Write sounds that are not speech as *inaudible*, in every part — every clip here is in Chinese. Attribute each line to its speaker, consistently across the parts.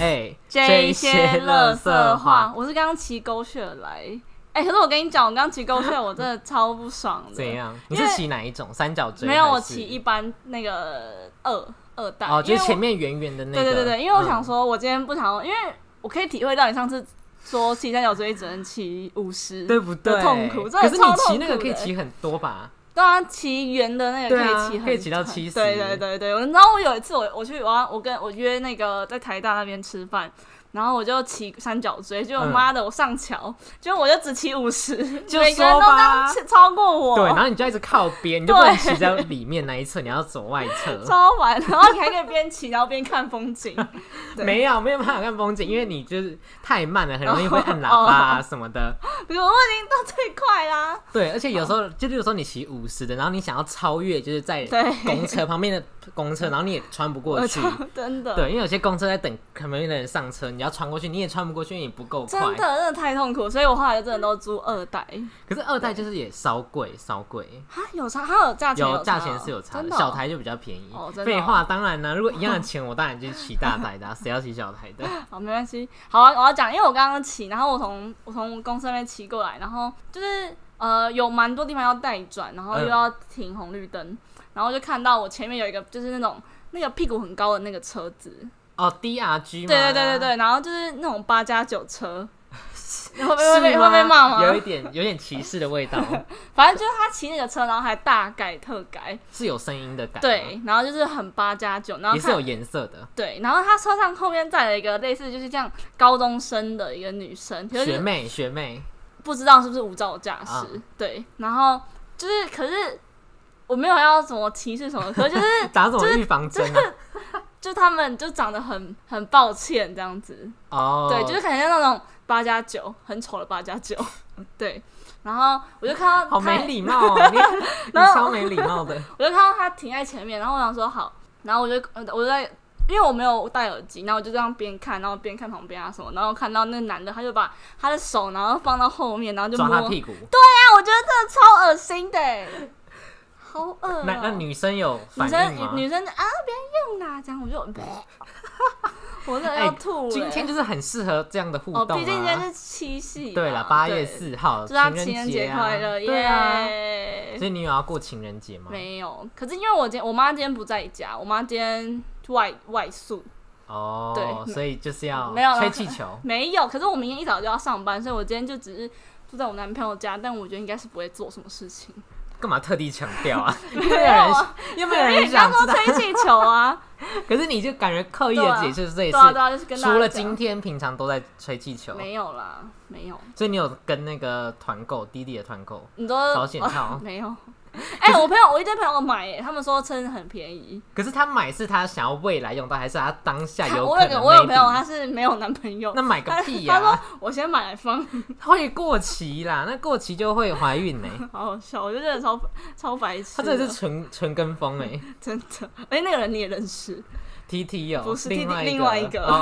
Speaker 1: 哎，
Speaker 2: 这
Speaker 1: 些
Speaker 2: 垃
Speaker 1: 圾
Speaker 2: 圾话，，我是刚刚骑狗血来。哎、可是我跟你讲，我刚骑狗血，我真的超不爽的。
Speaker 1: 怎样？你
Speaker 2: 因
Speaker 1: 是
Speaker 2: 为
Speaker 1: 骑哪一种？三角锥还
Speaker 2: 没
Speaker 1: 是？
Speaker 2: 有，我骑一般那个二二代，
Speaker 1: 哦，就
Speaker 2: 因为
Speaker 1: 是
Speaker 2: 我
Speaker 1: 前面圆圆的那个。
Speaker 2: 对对对对，因为我想
Speaker 1: 嗯，
Speaker 2: 说，我今天不想要，因为我可以体会到你上次说骑三角锥只能骑五十，
Speaker 1: 对不对？
Speaker 2: 痛苦真的
Speaker 1: 可是你
Speaker 2: 超
Speaker 1: 骑
Speaker 2: 痛
Speaker 1: 那个
Speaker 2: 苦
Speaker 1: 可以
Speaker 2: 的
Speaker 1: 骑很多吧？
Speaker 2: 对啊，骑圆的那个
Speaker 1: 对
Speaker 2: 可
Speaker 1: 啊
Speaker 2: 以骑很、
Speaker 1: 可以骑到
Speaker 2: 很
Speaker 1: 70
Speaker 2: 对对对对，我然后我有一次我我去我要我跟我约那个在台大那边吃饭。然后我就骑三角锥，结果
Speaker 1: 嗯
Speaker 2: 妈的我上桥，结果我就只骑五十，
Speaker 1: 就
Speaker 2: 每个人都
Speaker 1: 说
Speaker 2: 这样
Speaker 1: 吧
Speaker 2: 骑超过我，
Speaker 1: 对，然后你就要一直靠边，你就不
Speaker 2: 对
Speaker 1: 能骑在里面那一侧，你要走外侧。
Speaker 2: *laughs* 超烦。然后你还可以边骑然后边看风景，对
Speaker 1: 没有，没有办法看风景，因为你就是太慢了，很容易会按喇
Speaker 2: *laughs*
Speaker 1: 叭
Speaker 2: 哦
Speaker 1: 啊什么的。
Speaker 2: 比如我已经到最快啦，
Speaker 1: 对，而且有时候就例如说你骑五十的，然后你想要超越，就是在
Speaker 2: 对
Speaker 1: 公车旁边的公车，然后你也穿不过
Speaker 2: 我
Speaker 1: 去
Speaker 2: 超。真的
Speaker 1: 对，因为有些公车在等旁边的人上车，你要穿过去，你也穿不过去，因为你不够快
Speaker 2: 真的。真的太痛苦，所以我后来就真的都租二代。
Speaker 1: 可是二代就是也稍贵，稍贵。
Speaker 2: 哈，有差，它有价钱
Speaker 1: 有
Speaker 2: 差
Speaker 1: 价
Speaker 2: 哦，
Speaker 1: 钱是有差的，
Speaker 2: 真的哦
Speaker 1: 小台就比较便宜
Speaker 2: 哦真的。哦
Speaker 1: 废、话，当然呢、如果一样的钱，我当然就骑大台
Speaker 2: *laughs*
Speaker 1: 的、啊，谁要骑小台的？
Speaker 2: 好，没关系。好啊，我要讲，因为我刚刚骑，然后我从我从公司那边骑过来，然后就是呃有蛮多地方要带转，然后
Speaker 1: 嗯
Speaker 2: 又要停红绿灯，然后就看到我前面有一个就是那种那个屁股很高的那个车子，
Speaker 1: 哦，DRG
Speaker 2: 对
Speaker 1: 吗？
Speaker 2: 对对对对，然后就是那种八加九
Speaker 1: *laughs*
Speaker 2: 车。会不
Speaker 1: 是
Speaker 2: 会
Speaker 1: 吗，
Speaker 2: 被会被骂
Speaker 1: 有一
Speaker 2: 吗？
Speaker 1: 点有点歧视的味道，
Speaker 2: *laughs* 反正就是他骑那个车，然后还大改特
Speaker 1: *laughs*
Speaker 2: 改，
Speaker 1: 是有声音的感。，
Speaker 2: 对，然后就是很八加九，然后
Speaker 1: 也
Speaker 2: 看
Speaker 1: 是有颜色的。
Speaker 2: 对，然后他车上后面载了一个类似就是这样高中生的一个女生，就
Speaker 1: 学
Speaker 2: 是
Speaker 1: 妹，学妹，
Speaker 2: 不知道是不是无照驾驶，
Speaker 1: 啊
Speaker 2: 对，然后就是可是我没有要什么歧视什
Speaker 1: *laughs*
Speaker 2: 么，可是就是
Speaker 1: 打什么预防针啊？
Speaker 2: 就他们就长得很很抱歉这样子，
Speaker 1: 哦，
Speaker 2: 对，就是可能像那种八加九很丑的八加
Speaker 1: *laughs*
Speaker 2: 九，对，然后我就看到
Speaker 1: 好
Speaker 2: 他
Speaker 1: 没礼貌哦，你你
Speaker 2: *laughs* 然后
Speaker 1: 超没礼貌的。
Speaker 2: 我 *laughs* 就看到他停在前面，然后我想说好，然后我就呃我就在，因为我没有戴耳机，然后我就这样边看，然后边看旁边啊什么，然后看到那个男的，他就把他的手然后放到后面，然后就
Speaker 1: 抓
Speaker 2: 摸，
Speaker 1: 他屁股，
Speaker 2: 啊，我觉得真的超恶心的欸，好恶、哦
Speaker 1: 那那女生有
Speaker 2: 女
Speaker 1: 反应吗
Speaker 2: 生？女生就啊不要用啦，这样我就， *laughs* 我真的要吐了、欸
Speaker 1: 哎今天就是很适合这样的互
Speaker 2: 哦，
Speaker 1: 动啊。
Speaker 2: 毕竟今天是七夕嘛，
Speaker 1: 对了，八月四号，
Speaker 2: 对，祝他
Speaker 1: 情
Speaker 2: 情
Speaker 1: 人
Speaker 2: 人节
Speaker 1: 节啊
Speaker 2: 快乐，
Speaker 1: 对啊，
Speaker 2: 耶
Speaker 1: 所以你有要过情人节吗？
Speaker 2: 没有，可是因为我今天我妈今天不在家，我妈今天外外宿，
Speaker 1: 哦，
Speaker 2: 对
Speaker 1: 所以就是要
Speaker 2: 没有啦
Speaker 1: 吹气球。
Speaker 2: 没有。可是我明天一早就要上班，所以我今天就只是住在我男朋友家，但我觉得应该是不会做什么事
Speaker 1: *laughs*
Speaker 2: 情。
Speaker 1: 干嘛特地强
Speaker 2: *laughs*
Speaker 1: 调啊？有没有
Speaker 2: 有
Speaker 1: 人 *laughs*
Speaker 2: 啊，
Speaker 1: 有没有
Speaker 2: 因为 *laughs*
Speaker 1: 人
Speaker 2: 你刚
Speaker 1: 想
Speaker 2: 说
Speaker 1: 知道？
Speaker 2: 吹气球啊，
Speaker 1: 可是你就感觉刻意
Speaker 2: 对
Speaker 1: 的
Speaker 2: 啊
Speaker 1: 解释这
Speaker 2: 对
Speaker 1: 一次，
Speaker 2: 啊对啊，就是跟大家
Speaker 1: 除了
Speaker 2: 讲
Speaker 1: 今天，平常都在吹气球，
Speaker 2: 没有啦，没有。
Speaker 1: 所以你有跟那个团购滴滴的团购
Speaker 2: 你都。
Speaker 1: 保险套
Speaker 2: 没有？哎、我朋友，我一堆朋友买、哎，他们说真的很便宜。
Speaker 1: 可是他买是他想要未来用到，还是他当下啊有
Speaker 2: 我
Speaker 1: 可
Speaker 2: 有个
Speaker 1: 能？
Speaker 2: 我有朋友，他是没有男朋友，
Speaker 1: *laughs* 那买个屁
Speaker 2: 他
Speaker 1: 呀、
Speaker 2: 说我先买来放，
Speaker 1: 会过期啦，那过期就会
Speaker 2: *laughs*
Speaker 1: 怀孕呢、
Speaker 2: 好好笑，我就觉得超超白痴。
Speaker 1: 他真的是纯纯跟风哎、
Speaker 2: 真的，而且那个人你也认识，
Speaker 1: T T 哦，
Speaker 2: 不是
Speaker 1: 另
Speaker 2: TT
Speaker 1: 外
Speaker 2: 另外一个
Speaker 1: 哦，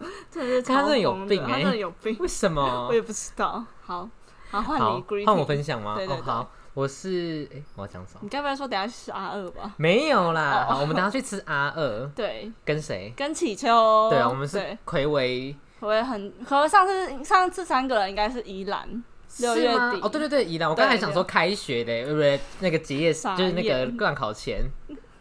Speaker 1: 哦
Speaker 2: 真的是
Speaker 1: 他真的有病
Speaker 2: 哎、他
Speaker 1: 欸
Speaker 2: 真的有病，
Speaker 1: 为什么
Speaker 2: *laughs* 我？也不知道。好，好换
Speaker 1: 好
Speaker 2: 你 g r e e
Speaker 1: 换我分享吗？
Speaker 2: 对对
Speaker 1: 哦
Speaker 2: 对
Speaker 1: 好，我是哎、我要讲什么？
Speaker 2: 你该不会说等下去吃 R 二吧？
Speaker 1: 没有啦，
Speaker 2: 哦
Speaker 1: 好，我们等下去吃 R 二，
Speaker 2: 对，
Speaker 1: 跟谁？
Speaker 2: 跟启秋，
Speaker 1: 对啊，我们是
Speaker 2: 哦对，
Speaker 1: 葵为
Speaker 2: 我也很，可是上次上次三个人应该是宜兰六月底
Speaker 1: 哦，对对对，宜兰，我刚才
Speaker 2: 对
Speaker 1: 想说开学嘞，对不对？那个结业
Speaker 2: 傻
Speaker 1: 就是那个
Speaker 2: 眼
Speaker 1: 段考前。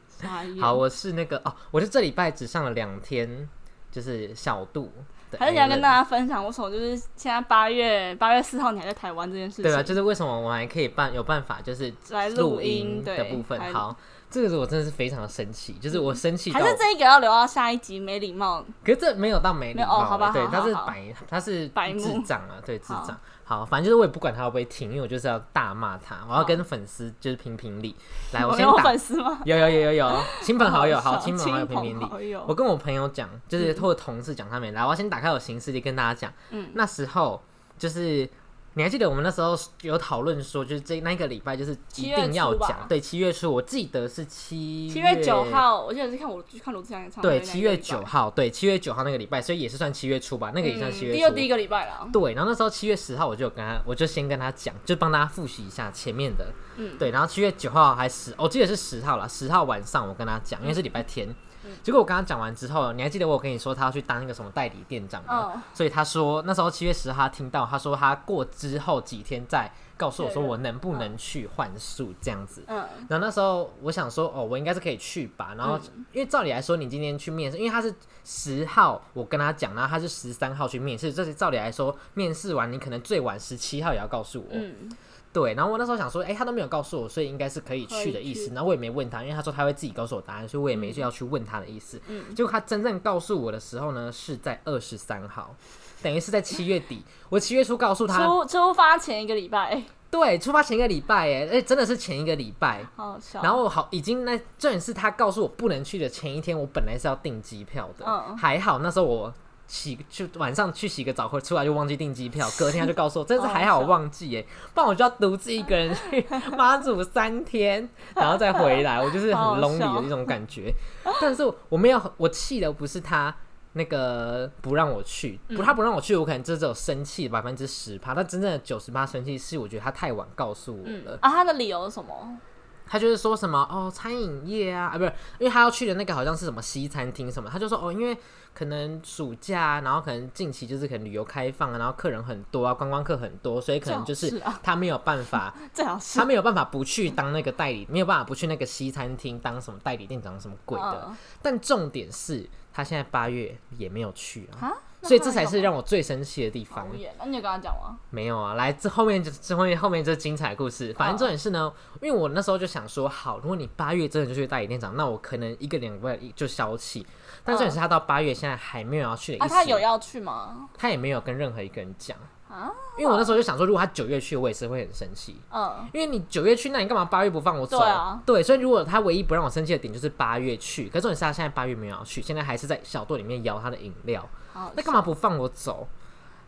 Speaker 2: 傻眼
Speaker 1: 好，我是那个哦，我是这礼拜只上了两天，就是小度。的
Speaker 2: 还是你要
Speaker 1: Alan
Speaker 2: 跟大家分享，为什么就是现在八月八月四号你还在台湾这件事情？
Speaker 1: 对啊，就是为什么我们还可以办有办法，就是
Speaker 2: 来录
Speaker 1: 录
Speaker 2: 音
Speaker 1: 音的
Speaker 2: 对
Speaker 1: 部分
Speaker 2: 还。嗯
Speaker 1: 好，这个是我真的是非常的生气，就是我生气到，
Speaker 2: 还是这一个要留到下一集，没礼貌。
Speaker 1: 可是这没有到没礼
Speaker 2: 没有
Speaker 1: 貌
Speaker 2: 哦
Speaker 1: 啊，
Speaker 2: 好吧
Speaker 1: 对，
Speaker 2: 好
Speaker 1: 他
Speaker 2: 好
Speaker 1: 是
Speaker 2: 好
Speaker 1: 白，他是
Speaker 2: 白目
Speaker 1: 智障啊，对，智
Speaker 2: 好
Speaker 1: 障。好，反正就是我也不管他会不会听，因为我就是要大骂他，我要跟粉丝就是评评理。来，
Speaker 2: 我
Speaker 1: 哎我
Speaker 2: 没
Speaker 1: 先
Speaker 2: 有
Speaker 1: 打
Speaker 2: 粉丝吗？
Speaker 1: 有有有有有，亲朋好友好，
Speaker 2: 笑
Speaker 1: 亲朋好友评评
Speaker 2: 亲
Speaker 1: 理
Speaker 2: 朋。好友
Speaker 1: 我跟我朋友讲，
Speaker 2: 嗯
Speaker 1: 就是或者同事讲他们，来，我要先打开我行事历跟大家讲，
Speaker 2: 嗯
Speaker 1: 那时候就是你还记得我们那时候有讨论说，就是这那一个礼拜就是
Speaker 2: 七
Speaker 1: 一
Speaker 2: 月
Speaker 1: 定要
Speaker 2: 初吧
Speaker 1: 讲，对，七月初，我记得是七
Speaker 2: 七月九，号，我记得是看我去看罗志祥演唱会那
Speaker 1: 对，
Speaker 2: 一个礼拜，
Speaker 1: 七月九号，对，七月九号那个礼拜，所以也是算七月初吧，那个也算七月
Speaker 2: 嗯
Speaker 1: 初。
Speaker 2: 第二第一个礼拜了，
Speaker 1: 对，然后那时候七月十号我就有跟他，我就先跟他讲，就帮大家复习一下前面的。
Speaker 2: 嗯，
Speaker 1: 对，然后七月九号还十，我记得是十号啦，十号晚上我跟他讲，因为是礼拜
Speaker 2: 嗯
Speaker 1: 天。结果我跟他讲完之后，你还记得我有跟你说他要去当一个什么代理店长吗？
Speaker 2: 嗯
Speaker 1: 所以他说那时候七月十号他听到，他说他过之后几天再告诉我说
Speaker 2: 确认
Speaker 1: 我能不能去换宿这样子。
Speaker 2: 嗯，
Speaker 1: 然后那时候我想说，哦，我应该是可以去吧。然后、
Speaker 2: 嗯
Speaker 1: 因为照理来说，你今天去面试，因为他是十号，我跟他讲，然后他是十三号去面试，这是照理来说，面试完你可能最晚十七号也要告诉我。
Speaker 2: 嗯，
Speaker 1: 对，然后我那时候想说，哎、他都没有告诉我，所以应该是可以去的
Speaker 2: 可
Speaker 1: 意
Speaker 2: 以
Speaker 1: 思。
Speaker 2: 去
Speaker 1: 然后我也没问他，因为他说他会自己告诉我答案，所以我也没要去问他的意思。
Speaker 2: 嗯
Speaker 1: 结果他真正告诉我的时候呢，是在二十三号，等于是在七月底。我七月初告
Speaker 2: *laughs*
Speaker 1: 诉他，
Speaker 2: 出出发前一个礼拜，
Speaker 1: 对，出发前一个礼拜，哎，哎，真的是前一个礼拜。
Speaker 2: 好好笑。
Speaker 1: 然后我好，已经那重点是他告诉我不能去的前一天，我本来是要订机票的，
Speaker 2: 嗯
Speaker 1: 还好那时候我洗就晚上去洗个澡，或出来就忘记订机票，隔天他就告诉我，真是还好我忘记
Speaker 2: 哦
Speaker 1: 耶，不然我就要独自一个人去妈祖三天，然后再
Speaker 2: *laughs*
Speaker 1: 回来，我就是很
Speaker 2: 好好
Speaker 1: lonely
Speaker 2: 笑
Speaker 1: 的一种感觉。但是我没有，我气的不是他。那个不让我去，
Speaker 2: 嗯
Speaker 1: 不他不让我去，我可能就只有生气百分之十趴，但真正的九十八生气是我觉得他太晚告诉我
Speaker 2: 嗯
Speaker 1: 了，
Speaker 2: 啊，他的理由是什么？
Speaker 1: 他就是说什么哦，餐饮业啊，啊，不是，因为他要去的那个好像是什么西餐厅什么，他就说哦，因为可能暑假啊，然后可能近期就是可能旅游开放啊，然后客人很多啊，观光客很多，所以可能就
Speaker 2: 最
Speaker 1: 是
Speaker 2: 好是啊
Speaker 1: 他没有办
Speaker 2: *laughs*
Speaker 1: 法，
Speaker 2: 最好是
Speaker 1: 他没有办法不去当那个代理，没有办法不去那个西餐厅当什么代理店长什么鬼的。
Speaker 2: 嗯
Speaker 1: 但重点是他现在八月也没有去啊，
Speaker 2: 啊，那
Speaker 1: 所以
Speaker 2: 他
Speaker 1: 这
Speaker 2: 在
Speaker 1: 才
Speaker 2: 干
Speaker 1: 是
Speaker 2: 嘛哦
Speaker 1: 让我最生气的地方
Speaker 2: 讨。厌。那你有跟他讲吗？
Speaker 1: 没有啊，来这后面就这后面后面就是精彩故事。反正重点是呢，因为我那时候就想说，好，如果你八月真的就去代理店长，那我可能一个两个月就消气。但重点是他到八月现在还没有要去的意
Speaker 2: 嗯啊，
Speaker 1: 思，
Speaker 2: 他有要去吗？
Speaker 1: 他也没有跟任何一个人讲。
Speaker 2: 啊，
Speaker 1: 因为我那时候就想说，如果他九月去，我也是会很生气。
Speaker 2: 嗯，
Speaker 1: 因为你九月去，那你干嘛八月不放我走？
Speaker 2: 对啊
Speaker 1: 对所以如果他唯一不让我生气的点就是八月去，可是重点是他现在八月没有要去，现在还是在小队里面摇他的饮料，
Speaker 2: 好
Speaker 1: 那干嘛不放我走？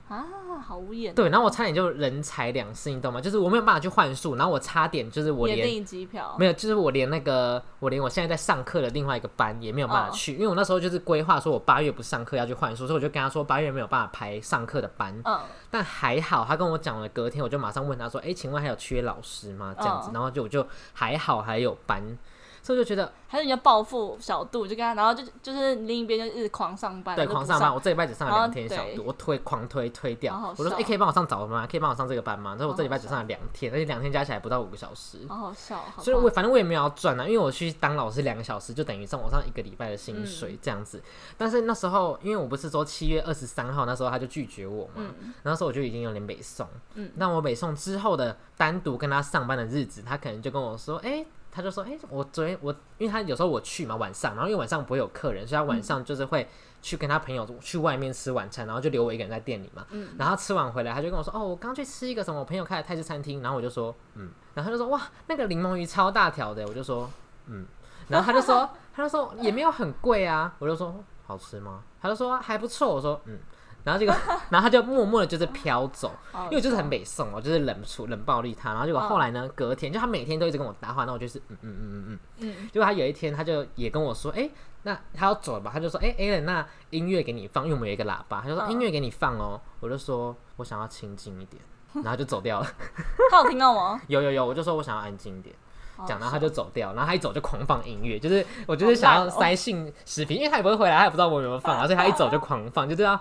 Speaker 2: 啊？好无言。
Speaker 1: 对，然后我差点就人财两失，你懂吗？就是我没有办法去换宿，然后我差点就是我
Speaker 2: 也哦
Speaker 1: 连
Speaker 2: 订机票，
Speaker 1: 没有，就是我连那个我连我现在在上课的另外一个班也没有办法
Speaker 2: 哦
Speaker 1: 去，因为我那时候就是规划说我八月不上课要去换宿，所以我就跟他说八月没有办法排上课的班，
Speaker 2: 嗯，
Speaker 1: 但还好他跟我讲了隔天，我就马上问他说，哎、请问还有缺老师吗？这样子，
Speaker 2: 哦
Speaker 1: 然后就我就还好还有班，所以我就觉得
Speaker 2: 还是你就报复小度，就跟他，然后就就是另一边就一直狂上班，
Speaker 1: 对
Speaker 2: 啊就不
Speaker 1: 狂上班，我这礼拜只上了
Speaker 2: 然
Speaker 1: 两
Speaker 2: 后
Speaker 1: 天小
Speaker 2: 对哦
Speaker 1: 度，我推狂推推掉
Speaker 2: 好好，
Speaker 1: 我就说
Speaker 2: 笑
Speaker 1: 哎、可以帮我上早班吗？可以帮我上这个班吗？所以我
Speaker 2: 好
Speaker 1: 这礼
Speaker 2: 好
Speaker 1: 拜只上了两天，而且两天加起来不到五个小时。
Speaker 2: 好好笑，好
Speaker 1: 所以
Speaker 2: 棒
Speaker 1: 我反正我也没有要赚啊，因为我去当老师两个小时，就等于上我上一个礼拜的薪
Speaker 2: 嗯
Speaker 1: 水这样子。但是那时候，因为我不是说七月二十三号那时候他就拒绝我嘛，然后那时候我就已经有点北宋。
Speaker 2: 嗯，
Speaker 1: 那我北宋之后的单独跟他上班的日子，他可能就跟我说，哎、他就说，哎、我昨天我，因为他有时候我去嘛晚上，然后因为晚上不会有客人，所以他晚上就是会去跟他朋友去外面吃晚餐，然后就留我一个人在店里嘛。
Speaker 2: 嗯
Speaker 1: 然后吃完回来，他就跟我说：“哦，我刚去吃一个什么我朋友开的泰式餐厅。”然后我就说：“嗯。”然后他就说：“哇，那个柠檬鱼超大条的。”我就说：“嗯。”然后他就说：“他就说也没有很贵啊。”我就说：“好吃吗？”他就说：“还不错。”我说：“嗯。”然后结果，然后他就默默的就是飘走，
Speaker 2: 好嗯
Speaker 1: 因为我就是很北宋哦，就是冷处冷暴力他。然后结果后来呢，隔天就他每天都一直跟我搭话，那我就是嗯嗯嗯嗯嗯。
Speaker 2: 嗯，
Speaker 1: 结果他有一天他就也跟我说，哎、那他要走了吧？他就说，哎、a l a n 那音乐给你放，因为我们有一个喇叭，他就说、
Speaker 2: 嗯
Speaker 1: 音乐给你放哦。我就说我想要清静一点，然后就走掉了。 *laughs*
Speaker 2: 他有听到吗？
Speaker 1: 有有有，我就说我想要安静一点。
Speaker 2: 好
Speaker 1: *laughs* 讲，然
Speaker 2: 好
Speaker 1: 后他
Speaker 2: 笑
Speaker 1: 就走掉，然后他一走就狂放音乐，就是我就是想
Speaker 2: 好
Speaker 1: 要
Speaker 2: 烂哦
Speaker 1: 塞信视频，因为他也不会回来，他也不知道我有没有放啊，所以他一走就狂放，就是要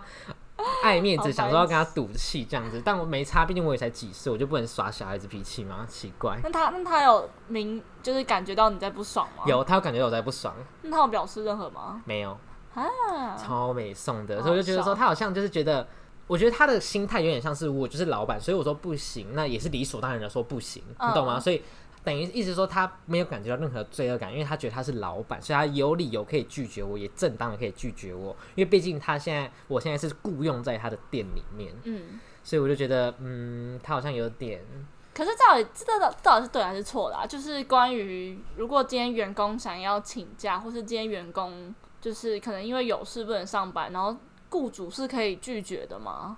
Speaker 1: 爱面
Speaker 2: 好
Speaker 1: 子，
Speaker 2: 白
Speaker 1: 想说要跟他赌气这样子，但我没差，毕竟我也才几岁，我就不能耍小孩子脾气嘛，奇怪。
Speaker 2: 那他那他有明就是感觉到你在不爽吗？，
Speaker 1: 有，他有感觉到我在不爽，
Speaker 2: 那他有表示任何吗？
Speaker 1: 没有，
Speaker 2: 啊，
Speaker 1: 超美送的，
Speaker 2: 好
Speaker 1: 所以我就觉得说
Speaker 2: 爽
Speaker 1: 他好像就是觉得，我觉得他的心态有点像是我就是老板，所以我说不行，那也是理所当然的说不行，
Speaker 2: 嗯
Speaker 1: 你懂吗？所以等于意思说他没有感觉到任何罪恶感，因为他觉得他是老板，所以他有理由可以拒绝我，也正当的可以拒绝我，因为毕竟他现在我现在是雇佣在他的店里面，
Speaker 2: 嗯，
Speaker 1: 所以我就觉得嗯，他好像有点
Speaker 2: 可是到底这到到底是对还是错的啊？就是关于如果今天员工想要请假，或是今天员工就是可能因为有事不能上班，然后雇主是可以拒绝的吗？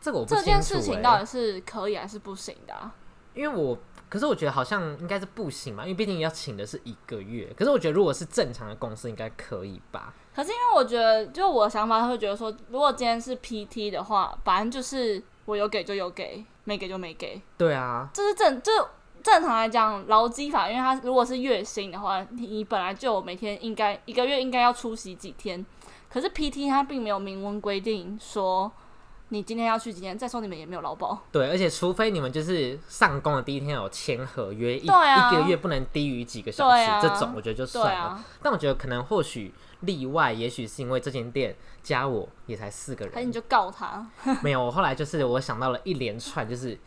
Speaker 1: 这个我不
Speaker 2: 这
Speaker 1: 清楚、
Speaker 2: 件事情到
Speaker 1: 欸，
Speaker 2: 底是可以还是不行的啊、
Speaker 1: 因为我可是我觉得好像应该是不行嘛，因为毕竟要请的是一个月。可是我觉得如果是正常的公司，应该可以吧？
Speaker 2: 可是因为我觉得，就我的想法会觉得说，如果今天是 PT 的话，反正就是我有给就有给，没给就没给，
Speaker 1: 对啊，
Speaker 2: 这是正这正常来讲劳基法，因为它如果是月薪的话，你你本来就有每天应该一个月应该要出席几天，可是 PT 它并没有明文规定说你今天要去几天，再说你们也没有劳保。
Speaker 1: 对，而且除非你们就是上工的第一天有签合约，一、
Speaker 2: 对啊
Speaker 1: 一个月不能低于几个小时，
Speaker 2: 对啊
Speaker 1: 这种我觉得就
Speaker 2: 对
Speaker 1: 算了。
Speaker 2: 啊，
Speaker 1: 但我觉得可能或许例外，也许是因为这间店加我也才四个
Speaker 2: 还是
Speaker 1: 人
Speaker 2: 你，就告他。
Speaker 1: 没有。我后来就是我想到了一连串就是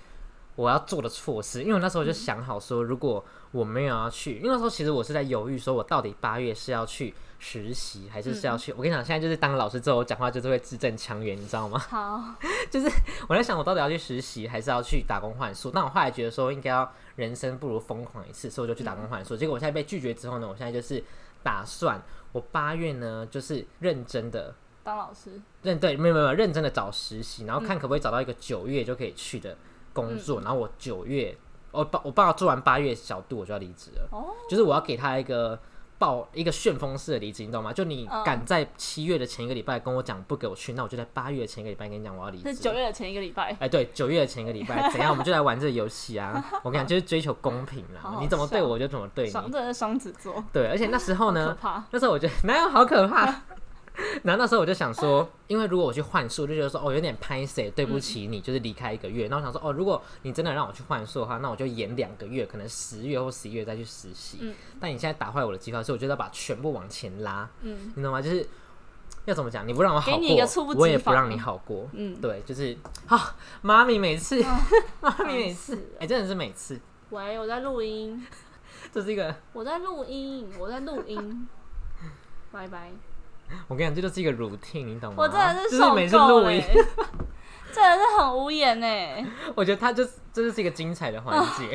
Speaker 1: 我要做的措施，因为我那时候就想好说，如果我没有要去，因为那时候其实我是在犹豫，说我到底八月是要去实习还是是要
Speaker 2: 嗯
Speaker 1: 去。我跟你讲，现在就是当老师之后，我讲话就是会字正腔圆，你知道吗？
Speaker 2: 好，
Speaker 1: 我在想，我到底要去实习还是要去打工换宿？那我后来觉得说，应该要人生不如疯狂一次，所以我就去
Speaker 2: 嗯
Speaker 1: 打工换宿。结果我现在被拒绝之后呢，我现在就是打算，我八月呢就是认真的
Speaker 2: 当老
Speaker 1: *laughs*
Speaker 2: 师。
Speaker 1: 认对，没有没有没有认真的找实习，
Speaker 2: 嗯
Speaker 1: 然后看可不可以找到一个九月就可以去的工作。然后我九月，我爸我爸爸做完八月小度，我就要离职了。
Speaker 2: 哦，
Speaker 1: 就是我要给他一个报一个旋风式的离职，你知道吗？就你
Speaker 2: 嗯
Speaker 1: 敢在七月的前一个礼拜跟我讲不给我去，那我就在八月的前一个礼拜跟你讲我要离职。
Speaker 2: 是九月的前一个礼拜。
Speaker 1: 哎，对，九月的前一个礼
Speaker 2: *laughs*
Speaker 1: 拜，怎样我们就来玩这个游戏啊！我跟你讲，就是追求公平
Speaker 2: 好
Speaker 1: 啦，
Speaker 2: 好
Speaker 1: 你怎么对
Speaker 2: 笑
Speaker 1: 我就怎么对
Speaker 2: 双
Speaker 1: 你。
Speaker 2: 这是双子座，
Speaker 1: 对，而且那时候
Speaker 2: *laughs* 可
Speaker 1: 呢，
Speaker 2: 怕。
Speaker 1: 那时候我觉得哪有好可怕。 *laughs* 然后那时候我就想说，因为如果我去换宿，就觉得说哦有点拍谁，对不起你，就是离开一个月。那我想说哦，如果你真的让我去换宿的话，那我就延两个月，可能十月或十一月再去实习。
Speaker 2: 嗯
Speaker 1: 但你现在打坏我的计划，所以我就要把全部往前拉，
Speaker 2: 嗯
Speaker 1: 你懂吗？就是要怎么讲，你不让我好
Speaker 2: 给
Speaker 1: 过，
Speaker 2: 你一个猝不
Speaker 1: 我
Speaker 2: 及
Speaker 1: 也不
Speaker 2: 防
Speaker 1: 让你好过。
Speaker 2: 嗯，
Speaker 1: 对，就是啊，妈咪每次，
Speaker 2: 哦
Speaker 1: *laughs* 妈咪每次
Speaker 2: 烦死，
Speaker 1: 哎、真的是每次，
Speaker 2: 喂，我在录音，
Speaker 1: 这是一个，
Speaker 2: 我在录音，我在录 *laughs* 音。拜拜，
Speaker 1: 我跟你讲，这就是一个 routine，你懂吗？
Speaker 2: 我真的
Speaker 1: 就是是
Speaker 2: 受
Speaker 1: 每次
Speaker 2: 够
Speaker 1: 录
Speaker 2: 了
Speaker 1: 音，
Speaker 2: 欸， *laughs* 真的是很无言哎。
Speaker 1: *laughs* 我觉得它就是这就是一个精彩的环
Speaker 2: 哦
Speaker 1: 节，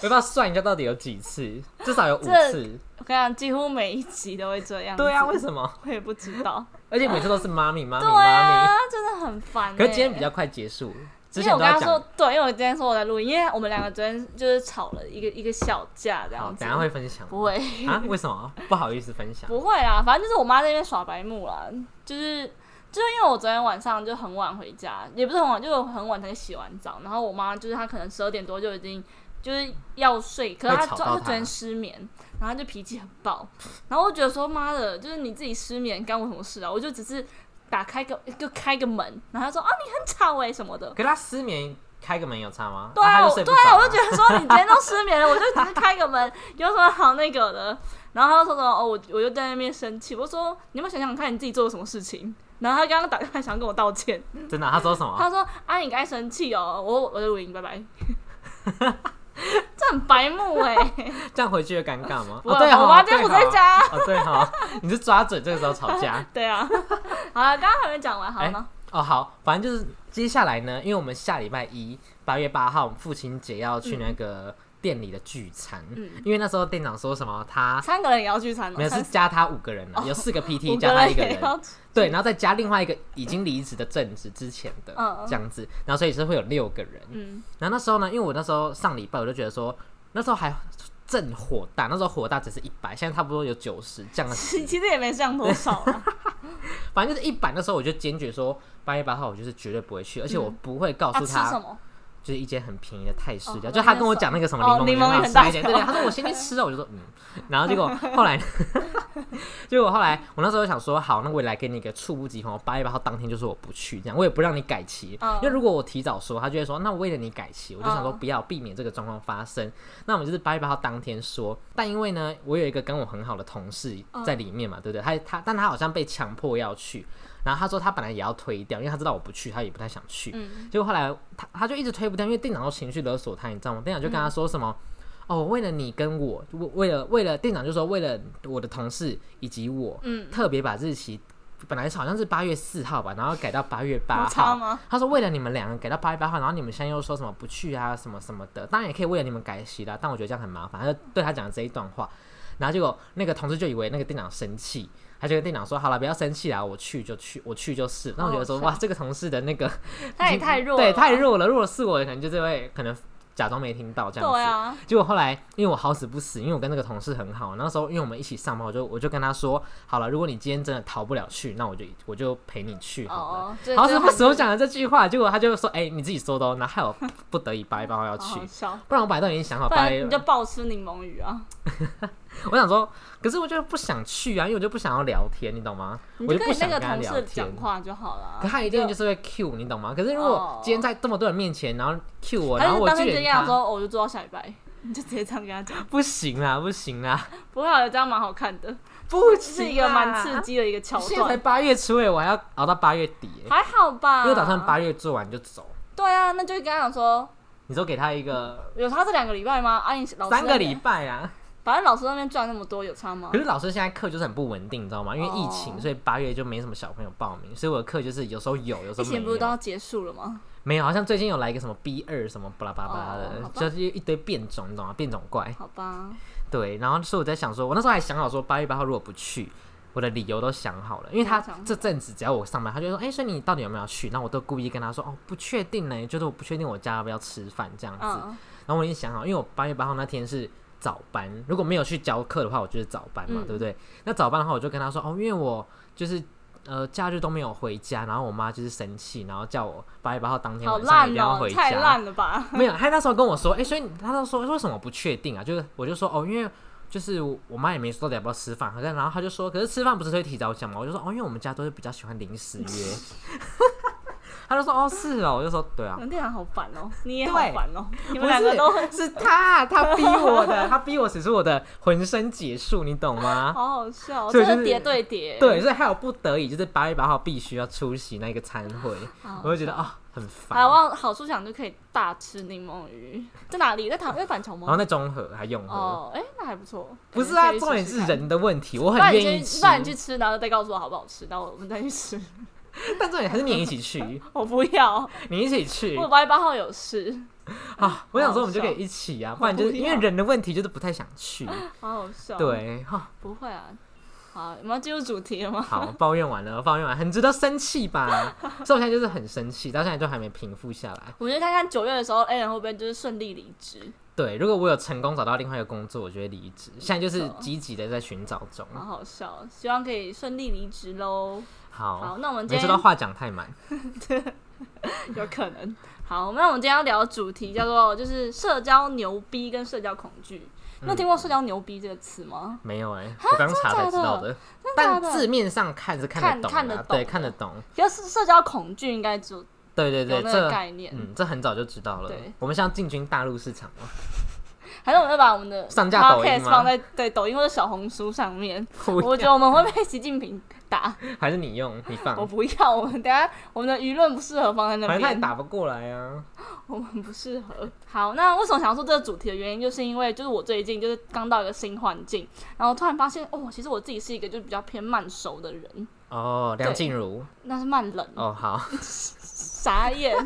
Speaker 1: 我要不要算一下到底有几次？至少有五
Speaker 2: 这
Speaker 1: 次。
Speaker 2: 我跟你讲，几乎每一集都会这样。
Speaker 1: 对啊，，为什么？
Speaker 2: 我也不知 *laughs* 道。
Speaker 1: 而且每次都是妈咪妈咪
Speaker 2: 对
Speaker 1: 妈咪，
Speaker 2: 啊，真的很烦欸。
Speaker 1: 可是今天比较快结束，之
Speaker 2: 因为
Speaker 1: 前
Speaker 2: 我
Speaker 1: 都
Speaker 2: 跟
Speaker 1: 要
Speaker 2: 他
Speaker 1: 讲，
Speaker 2: 说，对，因为我今天说我在录音，因为我们两个昨天就是吵了一个一个小架这
Speaker 1: 好，
Speaker 2: 样子。
Speaker 1: 等一下会分享
Speaker 2: 不会？
Speaker 1: 啊？为什么不好意思分享？
Speaker 2: 不会啦，反正就是我妈在那边耍白目啦，就是就是因为我昨天晚上就很晚回家，也不是很晚，就是很晚才洗完澡，然后我妈就是她可能十二点多就已经就是要睡，可是她
Speaker 1: 会吵
Speaker 2: 昨
Speaker 1: 到
Speaker 2: 她
Speaker 1: 她
Speaker 2: 昨天失眠，然后她就脾气很暴，然后我觉得说妈的，就是你自己失眠干我什么事啊？我就只是打开个就开个门，然后她说啊你很吵哎、什么的。
Speaker 1: 可是他失眠，开个门有差吗？
Speaker 2: 对
Speaker 1: 啊
Speaker 2: 啊，
Speaker 1: 他
Speaker 2: 我
Speaker 1: 就睡不
Speaker 2: 对
Speaker 1: 着
Speaker 2: 啊，
Speaker 1: 啊
Speaker 2: 我就觉得说你今天都失眠了，我就只是开个门，有什么好那个的？然后他就说什么哦，我我就在那边生气，我说你有没有想想看你自己做了什么事情？然后他刚刚打电话想跟我道歉，
Speaker 1: 真的啊，他说什么？
Speaker 2: 他说啊你该生气哦，我我就录音，拜
Speaker 1: *laughs*
Speaker 2: 拜。这很白目哎、
Speaker 1: 这样回去会尴尬吗？
Speaker 2: 不
Speaker 1: 哦，
Speaker 2: 会
Speaker 1: 对
Speaker 2: 我妈今
Speaker 1: 对
Speaker 2: 天不在
Speaker 1: 哦
Speaker 2: 家
Speaker 1: 哦，对哈，你是抓准这个时候吵架
Speaker 2: 对啊，好了，刚刚还没讲完，好
Speaker 1: 哎
Speaker 2: 吗？
Speaker 1: 哦。好，反正就是接下来呢，因为我们下礼拜一八月八号父亲节要去那个店里的聚餐，
Speaker 2: 嗯
Speaker 1: 因为那时候店长说什么他
Speaker 2: 三个人也要聚餐了，
Speaker 1: 没有是
Speaker 2: 三
Speaker 1: 加他五个人了，啊
Speaker 2: *laughs*
Speaker 1: 有四个
Speaker 2: 哦五
Speaker 1: PT
Speaker 2: 个
Speaker 1: 加他
Speaker 2: 人
Speaker 1: 一个
Speaker 2: 也
Speaker 1: 人，
Speaker 2: 要聚，
Speaker 1: 对，然后再加另外一个已经离职的正职之前的
Speaker 2: 嗯
Speaker 1: 这样子，然后所以是会有六个人。
Speaker 2: 嗯
Speaker 1: 然后那时候呢，因为我那时候上礼拜我就觉得说，那时候还正火大，那时候火大只是一百，现在差不多有九十，降
Speaker 2: *laughs*
Speaker 1: 了
Speaker 2: 其其实也没降多少啦。
Speaker 1: 反正就是一版的时候，我就坚决说八月八号我就是绝对不会去，而且我不会 *laughs* 告
Speaker 2: 啊，
Speaker 1: 诉
Speaker 2: 吃
Speaker 1: 他，
Speaker 2: 什么？
Speaker 1: 就是一间很便宜的泰式
Speaker 2: 哦
Speaker 1: 料，就他跟我讲那个什么
Speaker 2: 哦
Speaker 1: 柠
Speaker 2: 柠
Speaker 1: 檬
Speaker 2: 檬
Speaker 1: 很
Speaker 2: 园
Speaker 1: 好吃
Speaker 2: 大
Speaker 1: 那间，对，
Speaker 2: 桥
Speaker 1: 他说我先去吃了，我就说嗯，然后结果后来呢， *laughs* 结果后来我那时候想说好，那我也来给你一个猝不及防，我八月八号当天就说我不去，这样我也不让你改期，
Speaker 2: 嗯
Speaker 1: 因为如果我提早说，他就会说那我为了你改期，我就想说
Speaker 2: 嗯
Speaker 1: 不要避免这个状况发生，那我们就是八月八号当天说，但因为呢，我有一个跟我很好的同事在里面嘛，对不对？他他，但他好像被强迫要去，然后他说他本来也要推掉，因为他知道我不去，他也不太想去。
Speaker 2: 嗯
Speaker 1: 结果后来他他就一直推不掉，因为店长都情绪勒索他，你知道吗？店长就
Speaker 2: 嗯
Speaker 1: 跟他说什么？哦，为了你跟我，为为了为了店长就说为了我的同事以及我，
Speaker 2: 嗯，
Speaker 1: 特别把日期本来是好像是八月四号吧，然后改到八月八
Speaker 2: 有差
Speaker 1: 号。
Speaker 2: 吗？
Speaker 1: 他说为了你们两个改到八月八号，然后你们现在又说什么不去啊什么什么的，当然也可以为了你们改期啦，但我觉得这样很麻烦。他就对他讲了这一段话，然后结果那个同事就以为那个店长生气，他就跟店长说：“好了，不要生气啦，我去就去，我去就是。”那我觉得说：“
Speaker 2: 好好
Speaker 1: 哇，这个同事的那个
Speaker 2: 嗯他也太弱了，
Speaker 1: 对太，弱了，如果是我，可能就是会可能假装没听到这样子。
Speaker 2: 对啊，
Speaker 1: 结果后来，因为我好死不死，因为我跟那个同事很好，那时候因为我们一起上班，我就我就跟他说，好了，如果你今天真的逃不了去，那我就我就陪你去好了。
Speaker 2: 哦，这
Speaker 1: 好死不死，我
Speaker 2: 这
Speaker 1: 讲了这句话，结果他就说，哎、你自己说的哦，然后害我不得已八一八二要
Speaker 2: 好
Speaker 1: 去
Speaker 2: 好，笑，
Speaker 1: 不然我本来都已经想好
Speaker 2: 哦不
Speaker 1: 八
Speaker 2: 然
Speaker 1: 一
Speaker 2: 你，就暴吃柠檬鱼啊，
Speaker 1: 我想说，可是我就不想去啊，因为我就不想要聊天，你懂吗？
Speaker 2: 你
Speaker 1: 我
Speaker 2: 就跟
Speaker 1: 就不
Speaker 2: 你那
Speaker 1: 想
Speaker 2: 个
Speaker 1: 跟他
Speaker 2: 同
Speaker 1: 聊
Speaker 2: 事
Speaker 1: 天
Speaker 2: 讲。话就好了。
Speaker 1: 可他一定就是会 Q 你懂吗？可是如果
Speaker 2: 哦
Speaker 1: 今天在这么多人面前，然后 Q 我，然
Speaker 2: 还
Speaker 1: 后
Speaker 2: 是
Speaker 1: 我
Speaker 2: 当
Speaker 1: 拒
Speaker 2: 天
Speaker 1: 绝
Speaker 2: 这样
Speaker 1: 他，
Speaker 2: 说，哦我就做到下礼拜，你就直接这样跟他讲。
Speaker 1: 不行
Speaker 2: *laughs*
Speaker 1: 啦，不行啦，
Speaker 2: 不会啊，这样蛮好看的，
Speaker 1: 不
Speaker 2: 这
Speaker 1: 行
Speaker 2: 是
Speaker 1: 啦，
Speaker 2: 一个蛮刺激的一个桥
Speaker 1: 现在才
Speaker 2: 段。啊
Speaker 1: 八月初诶，我还要熬到八月底耶，
Speaker 2: 还好吧？
Speaker 1: 因为我打算八月做完就走。
Speaker 2: 对啊，那就跟他讲说，
Speaker 1: 你说给他一个
Speaker 2: 有差这两个礼拜吗？啊，你老师
Speaker 1: 三
Speaker 2: 那边
Speaker 1: 个礼，拜啊，
Speaker 2: 反正老师那边赚那么多，有差吗
Speaker 1: 可？是老师现在课就是很不稳定，你知道吗？因为疫
Speaker 2: 哦
Speaker 1: 情，所以八月就没什么小朋友报名，所以我的课就是有时候有，有时
Speaker 2: 疫
Speaker 1: 候没
Speaker 2: 情不是都
Speaker 1: 有。
Speaker 2: 要结束了吗？
Speaker 1: 没有，好像最近有来一个什么 B 二什么巴拉巴拉
Speaker 2: 哦好
Speaker 1: 的，
Speaker 2: 吧
Speaker 1: 就是一堆变种，你懂吗？变种怪。
Speaker 2: 好吧，
Speaker 1: 对，然后所以我在想说，我那时候还想好说，八月八号如果不去，我的理由都想好了，因为他
Speaker 2: 非常
Speaker 1: 这阵子只要我上班，他就说，哎、所以你到底有没有要去？那我都故意跟他说，哦，不确定呢，就是我不确定我家要不要吃饭这样子。
Speaker 2: 嗯，
Speaker 1: 然后我已经想好，因为我八月八号那天是早班，如果没有去教课的话，我就是早班嘛，
Speaker 2: 嗯
Speaker 1: 对不对？那早班的话，我就跟他说，哦，因为我就是。呃，假日都没有回家，然后我妈就是生气，然后叫我八月八号当天
Speaker 2: 好
Speaker 1: 晚上一
Speaker 2: 烂
Speaker 1: 定要
Speaker 2: 哦、
Speaker 1: 回家。
Speaker 2: 太烂了 *laughs* 吧？
Speaker 1: 没有，他那时候跟我说，哎、所以他那时候说为什么不确定啊？就是我就说哦，因为就是我妈也没说到底要不要吃饭，好像然后他就说，可是吃饭不是会提早讲吗？我就说哦，因为我们家都是比较喜欢临时约。
Speaker 2: *laughs*
Speaker 1: 他就说哦是哦，我就说对啊
Speaker 2: 你，们店长好烦哦、你也
Speaker 1: 对
Speaker 2: 好烦哦、你们
Speaker 1: 不
Speaker 2: 两
Speaker 1: 是
Speaker 2: 个都很
Speaker 1: 是他他逼我的， *laughs* 他逼我使出我的浑身解数，你懂吗？
Speaker 2: 好好笑、
Speaker 1: 啊所
Speaker 2: 这
Speaker 1: 以就是
Speaker 2: 是叠哦对叠，
Speaker 1: 对，，所以还有不得已，就是八月八号必须要出席那个餐会，我就觉得
Speaker 2: 啊。
Speaker 1: 啊、很烦。
Speaker 2: 还往好处想就可以大吃柠檬鱼， *laughs* 在哪里？在台在板桥
Speaker 1: 然后
Speaker 2: 吗？
Speaker 1: 在中和还用和，
Speaker 2: 哦，哎、那还不错。
Speaker 1: 哦不是啊，
Speaker 2: 可以去
Speaker 1: 重点
Speaker 2: 试
Speaker 1: 是
Speaker 2: 试看
Speaker 1: 人的问题，我
Speaker 2: 不然
Speaker 1: 很
Speaker 2: 你
Speaker 1: 愿意
Speaker 2: 去
Speaker 1: 吃。
Speaker 2: 不然你去吃，然后再告诉我好不好吃，然后我们再去吃。
Speaker 1: 但重点还是你也一
Speaker 2: *laughs*
Speaker 1: 起去，
Speaker 2: 我不要，
Speaker 1: 你一起去
Speaker 2: 我八月八号有事， *laughs*
Speaker 1: 啊！我想说我们就
Speaker 2: 好
Speaker 1: 可
Speaker 2: 笑
Speaker 1: 以一起啊，不然就是
Speaker 2: 不
Speaker 1: 因
Speaker 2: 要
Speaker 1: 为人的问题就是不太想去，
Speaker 2: 好好笑。，
Speaker 1: 对哈。
Speaker 2: 不会啊。好，我们要进入主题了吗？
Speaker 1: 好，抱怨完了， *laughs* 抱怨完，很值得生气吧？所以我现在就是很生气，到现在都还没平复下来。
Speaker 2: 我觉得看看九月的时候，A 人会不会就是顺利离职，
Speaker 1: 对，如果我有成功找到另外一个工作，我就会离职。现在就是
Speaker 2: 没错
Speaker 1: 积极的在寻找中。
Speaker 2: 好好笑。希望可以顺利离职喽。好，
Speaker 1: 好，
Speaker 2: 那我们今天
Speaker 1: 没知道话讲太满。
Speaker 2: 有可能。 *laughs* 好，那我们今天要聊的主题叫做就是社交牛逼跟社交恐惧。你
Speaker 1: 嗯
Speaker 2: 有听过社交牛逼这个词吗？
Speaker 1: 没有哎、我刚查才知道的，
Speaker 2: 假的
Speaker 1: 但字面上看是看
Speaker 2: 看
Speaker 1: 得懂的啊，
Speaker 2: 看得懂
Speaker 1: 对，
Speaker 2: 的
Speaker 1: 看得懂。
Speaker 2: 要是社交恐惧应该只有
Speaker 1: 对对
Speaker 2: 有
Speaker 1: 对，
Speaker 2: 那个
Speaker 1: 这
Speaker 2: 概念，
Speaker 1: 嗯，这很早就知道了
Speaker 2: 对。
Speaker 1: 我们像进军大陆市场嘛，
Speaker 2: 还是我们要把我们的
Speaker 1: 上架抖音
Speaker 2: podcast
Speaker 1: 吗
Speaker 2: 放在对抖音或者小红书上
Speaker 1: *laughs*
Speaker 2: 面？
Speaker 1: 我
Speaker 2: 我觉得我们会被习近平打，
Speaker 1: 还是你用，你放
Speaker 2: *laughs* 我，不要。我们等下我们的舆论不适合放在那
Speaker 1: 嗯反正他也
Speaker 2: 边，
Speaker 1: 打不过来啊。
Speaker 2: 我们不适合。好，那为什么想要做这个主题的原因，就是因为就是我最近就是刚到一个新环境，然后突然发现哦，其实我自己是一个就是比较偏慢熟的人，
Speaker 1: 哦，梁静茹，
Speaker 2: 那是慢冷
Speaker 1: 哦好，
Speaker 2: 傻眼。 *laughs*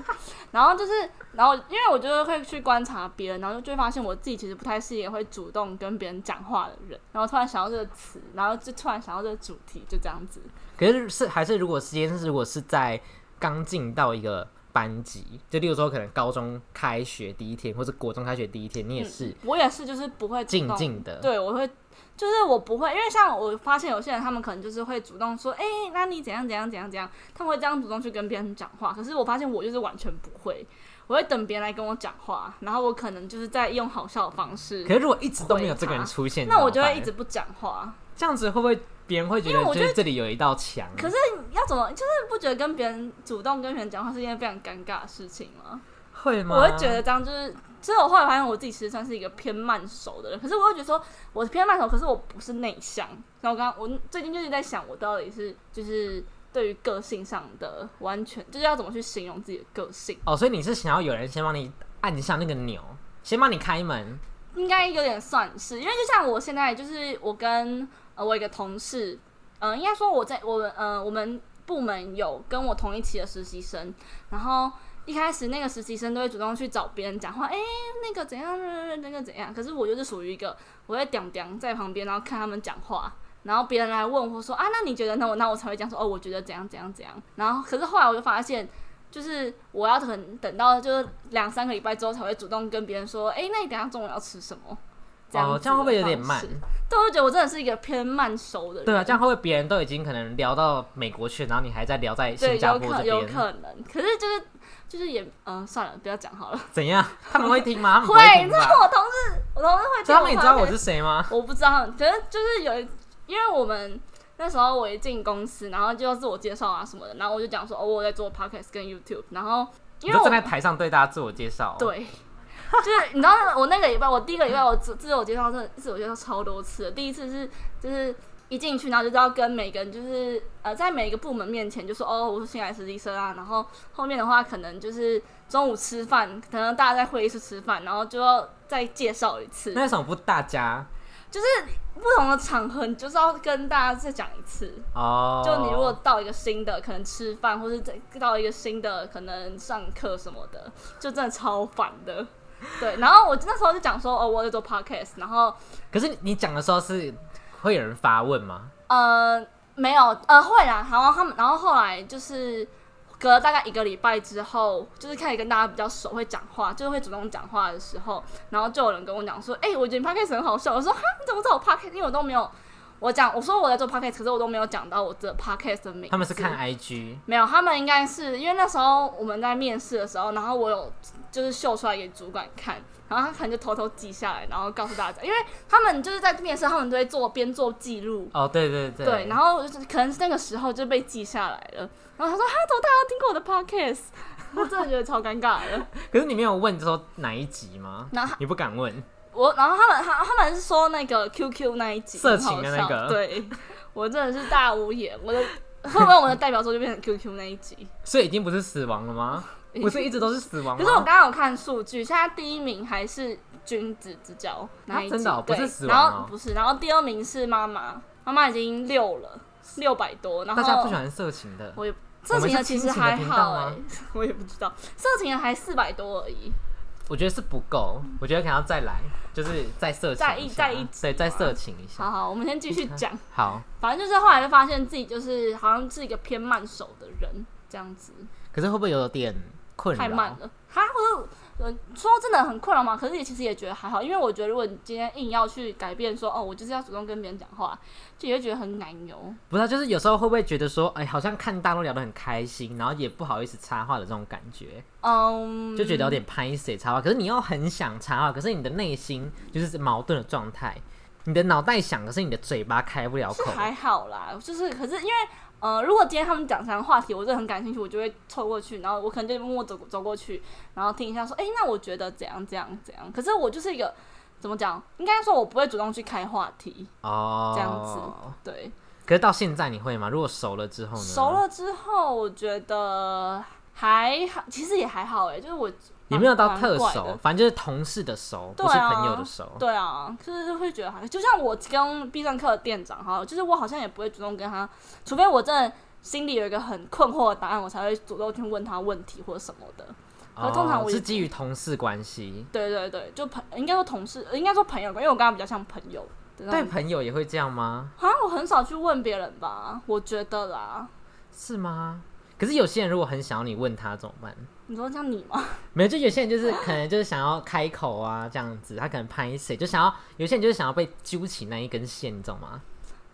Speaker 2: 然后就是，然后因为我就会去观察别人，然后就会发现我自己其实不太是一个会主动跟别人讲话的人。然后突然想到这个词，然后就突然想到这个主题，就这样子。
Speaker 1: 可是是还是如果时间是如果是在刚进到一个班级，就例如说可能高中开学第一天，或者国中开学第一天，你也是
Speaker 2: 我也是，就是不会主
Speaker 1: 静
Speaker 2: 动。
Speaker 1: 静的，
Speaker 2: 嗯对，我会，就是我不会，因为像我发现有些人，他们可能就是会主动说，哎、那你怎样怎样怎样怎样，他们会这样主动去跟别人讲话。可是我发现我就是完全不会，我会等别人来跟我讲话，然后我可能就是在用好笑的方式
Speaker 1: 可。是如果一直都没有这个人出现，
Speaker 2: 那我
Speaker 1: 怎
Speaker 2: 就
Speaker 1: 么办
Speaker 2: 会一直不讲话，
Speaker 1: 这样子，会不会别人会觉
Speaker 2: 因为我就
Speaker 1: 得就是这里有一道墙？
Speaker 2: 可是要怎么？就是不觉得跟别人主动跟别人讲话是一件非常尴尬的事情吗？
Speaker 1: 会吗？
Speaker 2: 我会觉得这样就是，其实我后来发现我自己其实算是一个偏慢熟的人，可是我又觉得说我偏慢熟，可是我不是内向。然后我刚我最近就是在想，我到底是就是对于个性上的完全就是要怎么去形容自己的个性，
Speaker 1: 哦，所以你是想要有人先帮你按下那个钮，先帮你开门，
Speaker 2: 应该有点算是，因为就像我现在就是我跟呃我一个同事，嗯、应该呃说我在我们呃我们部门有跟我同一期的实习生，然后一开始那个实习生都会主动去找别人讲话，哎、那个怎样，那个怎样。可是我就是属于一个，我会屌屌在旁边，然后看他们讲话，然后别人来问我说啊，那你觉得呢？我那我才会讲说哦，我觉得怎样怎样怎样。然后可是后来我就发现，就是我要等等到就是两三个礼拜之后才会主动跟别人说，哎、那你等一下中午要吃什么？这样
Speaker 1: 哦，
Speaker 2: 子
Speaker 1: 这样会不会有点
Speaker 2: 的方
Speaker 1: 慢
Speaker 2: 式？对，我就觉得我真的是一个偏慢熟的人。
Speaker 1: 对啊，这样会不会别人都已经可能聊到美国去，然后你还在聊在新
Speaker 2: 对，
Speaker 1: 加
Speaker 2: 有
Speaker 1: 坡这
Speaker 2: 可有
Speaker 1: 边？
Speaker 2: 可能，可是就是就是也嗯、算了，不要讲好了。
Speaker 1: 怎样？他们会听吗？他们不
Speaker 2: 会，
Speaker 1: 听
Speaker 2: 你知
Speaker 1: 吧？
Speaker 2: 道我同事，我同事会听
Speaker 1: 所以他们也知道我
Speaker 2: podcast
Speaker 1: 是谁吗？
Speaker 2: 我不知道，可是就是有一，因为我们那时候我一进公司，然后就要自我介绍啊什么的，然后我就讲说哦，我在做 podcast 跟 YouTube，然后因
Speaker 1: 你
Speaker 2: 为
Speaker 1: 就
Speaker 2: 我
Speaker 1: 站在台上对大家自我介绍、，
Speaker 2: 对，就是你知道那我那个礼拜，我第一个礼拜我自自我介绍真的自我介绍超多次的，第一次是就是。一进去，然后就知道跟每个人就是呃，在每个部门面前就说哦，我是新来实习生啊。然后后面的话，可能就是中午吃饭，可能大家在会议室吃饭，然后就要再介绍一次。
Speaker 1: 那为什么不大家？
Speaker 2: 不同的场合，你就是要跟大家再讲一次。
Speaker 1: 哦，
Speaker 2: 就你如果到一个新的，可能吃饭，或是再到一个新的，可能上课什么的，就真的超烦的。对，然后我那时候就讲说，哦，我在做 podcast，然后
Speaker 1: 可是你你讲的时候是会有人发问吗？
Speaker 2: 呃没有呃会啦，然后他们，然后后来就是隔了大概一个礼拜之后，就是开始跟大家比较熟，会讲话，就是会主动讲话的时候，然后就有人跟我讲说，哎、我觉得你 podcast 很好笑，我说哈，你怎么知道我 podcast？因为我都没有。我讲，我说我在做 podcast，可是我都没有讲到我的 podcast 的名字。
Speaker 1: 他们是看 IG
Speaker 2: 没有，他们应该是因为那时候我们在面试的时候，然后我有就是秀出来给主管看，然后他可能就偷偷记下来，然后告诉大家，因为他们就是在面试，他们都会做边做记录，
Speaker 1: 哦，对对对
Speaker 2: 对，然后我就是可能是那个时候就被记下来了，然后他说哈，怎么大家都听过我的 podcast？我 *laughs* 真的觉得超尴尬的。
Speaker 1: 可是你没有问说哪一集吗？
Speaker 2: 然后
Speaker 1: 你不敢问，
Speaker 2: 我，然后他们他他们是说那个 QQ 那一集
Speaker 1: 色
Speaker 2: 很好
Speaker 1: 情的那
Speaker 2: 笑
Speaker 1: 个
Speaker 2: 对我真的是大无言，我的会不会我的代表作就变成 QQ 那一集？
Speaker 1: 所以已经不是死亡了
Speaker 2: *laughs*
Speaker 1: 吗？不是一直都是死亡
Speaker 2: 可
Speaker 1: 吗？
Speaker 2: 是我刚刚有看数据，现在第一名还是君子之交那一集，
Speaker 1: 真的哦
Speaker 2: 对
Speaker 1: 不是死
Speaker 2: 然
Speaker 1: 亡哦
Speaker 2: 后不是，然后第二名是妈妈，妈妈已经六了，六百多，然后
Speaker 1: 大家不喜欢色情的，
Speaker 2: 我也色情的其实还好哎、 *laughs* 我也不知道，色情的还欸四百多而已，
Speaker 1: 我觉得是不够，我觉得可能要再来，就是再色情
Speaker 2: 再一
Speaker 1: 下
Speaker 2: 再一集
Speaker 1: 对，再
Speaker 2: 嘛
Speaker 1: 色情一下。
Speaker 2: 好好，我们先继续讲，
Speaker 1: *laughs* 好，
Speaker 2: 反正就是后来就发现自己就是好像是一个偏慢手的人这样子，
Speaker 1: 可是会不会有点困扰？
Speaker 2: 太慢了。哈，我是呃说真的很困扰嘛，可是也其实也觉得还好，因为我觉得如果你今天硬要去改变说哦，我就是要主动跟别人讲话，就也会觉得很奶油。
Speaker 1: 不是啊，就是有时候会不会觉得说，哎，好像看大陆聊得很开心，然后也不好意思插话的这种感觉，
Speaker 2: 嗯，
Speaker 1: 就觉得有点拍谁插话。可是你又很想插话，可是你的内心就是矛盾的状态，你的脑袋想，可是你的嘴巴开不了
Speaker 2: 是
Speaker 1: 口。
Speaker 2: 还好啦，就是可是因为呃，如果今天他们讲什么话题，我真的很感兴趣，我就会凑过去，然后我可能就默默走走过去，然后听一下说，哎、那我觉得怎样怎样怎样。可是我就是一个怎么讲，应该说我不会主动去开话题，
Speaker 1: 哦，
Speaker 2: 这样子对。
Speaker 1: 可是到现在你会吗？如果熟了之后呢？
Speaker 2: 熟了之后，我觉得还好，其实也还好哎、就是我
Speaker 1: 也没有到
Speaker 2: 蛮
Speaker 1: 特。
Speaker 2: 蛮怪
Speaker 1: 熟哦
Speaker 2: 的，
Speaker 1: 反正就是同事的熟，
Speaker 2: 对
Speaker 1: 不是
Speaker 2: 啊
Speaker 1: 朋友的熟。
Speaker 2: 对啊，就是会觉得好像，就像我跟必胜客的店长哈，就是我好像也不会主动跟他，除非我真的心里有一个很困惑的答案，我才会主动去问他问题或什么的。可
Speaker 1: 哦，
Speaker 2: 是通常我也
Speaker 1: 是基于同事关系，
Speaker 2: 对对对，就朋应该说同事，呃应该说朋友，因为我跟他比较像朋友。
Speaker 1: 对，朋友也会这样吗？
Speaker 2: 好像我很少去问别人吧，我觉得啦。
Speaker 1: 是吗？可是有些人如果很想要你问他怎么办？
Speaker 2: 你说像你吗？
Speaker 1: 没有，就有些人就是可能就是想要开口啊，这样子，他可能拍谁就想要，有些人就是想要被揪起那一根线，你懂吗？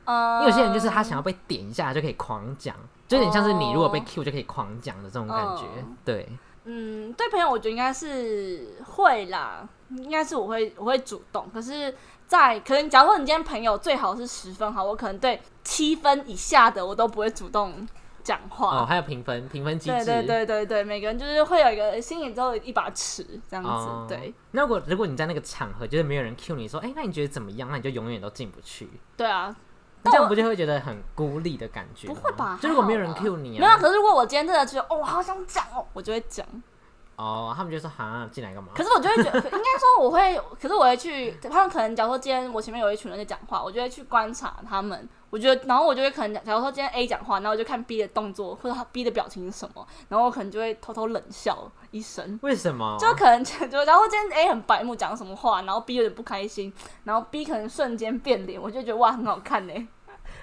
Speaker 1: 因
Speaker 2: 呃，
Speaker 1: 为有些人就是他想要被点一下就可以狂讲，就有点像是你如果被
Speaker 2: 哦
Speaker 1: Q 就可以狂讲的这种感觉
Speaker 2: 嗯。
Speaker 1: 对，
Speaker 2: 嗯，对朋友，我觉得应该是会啦，应该是我会我会主动。可是在，可能假如说你今天朋友最好是十分好，我可能对七分以下的我都不会主动讲话。
Speaker 1: 哦，还有评分评分机
Speaker 2: 对
Speaker 1: 制。
Speaker 2: 对对对对，每个人就是会有一个心里都有一把尺这样子。
Speaker 1: 哦
Speaker 2: 对，
Speaker 1: 那如果如果你在那个场合就是没有人 Q 你说，哎、那你觉得怎么样？那你就永远都进不去，
Speaker 2: 对啊，
Speaker 1: 那这样不就会觉得很孤立的感觉吗？
Speaker 2: 不会吧？
Speaker 1: 就如果没有人
Speaker 2: 还好吧
Speaker 1: Q 你、啊，
Speaker 2: 没有。可是如果我今天真的觉得哦，我好想讲哦，我就会讲。
Speaker 1: 哦，他们就说哈进来干嘛？
Speaker 2: 可是我就会觉得，应该说我会，可是我会去，他们可能假如说今天我前面有一群人在讲话，我就会去观察他们，我觉得，然后我就会可能，假如说今天 A 讲话，然后我就看 B 的动作或者他 B 的表情是什么，然后我可能就会偷偷冷笑一声。
Speaker 1: 为什么？
Speaker 2: 就可能就就，然后今天 A 很白目讲什么话，然后 B 有点不开心，然后 B 可能瞬间变脸，我就觉得哇很好看呢、欸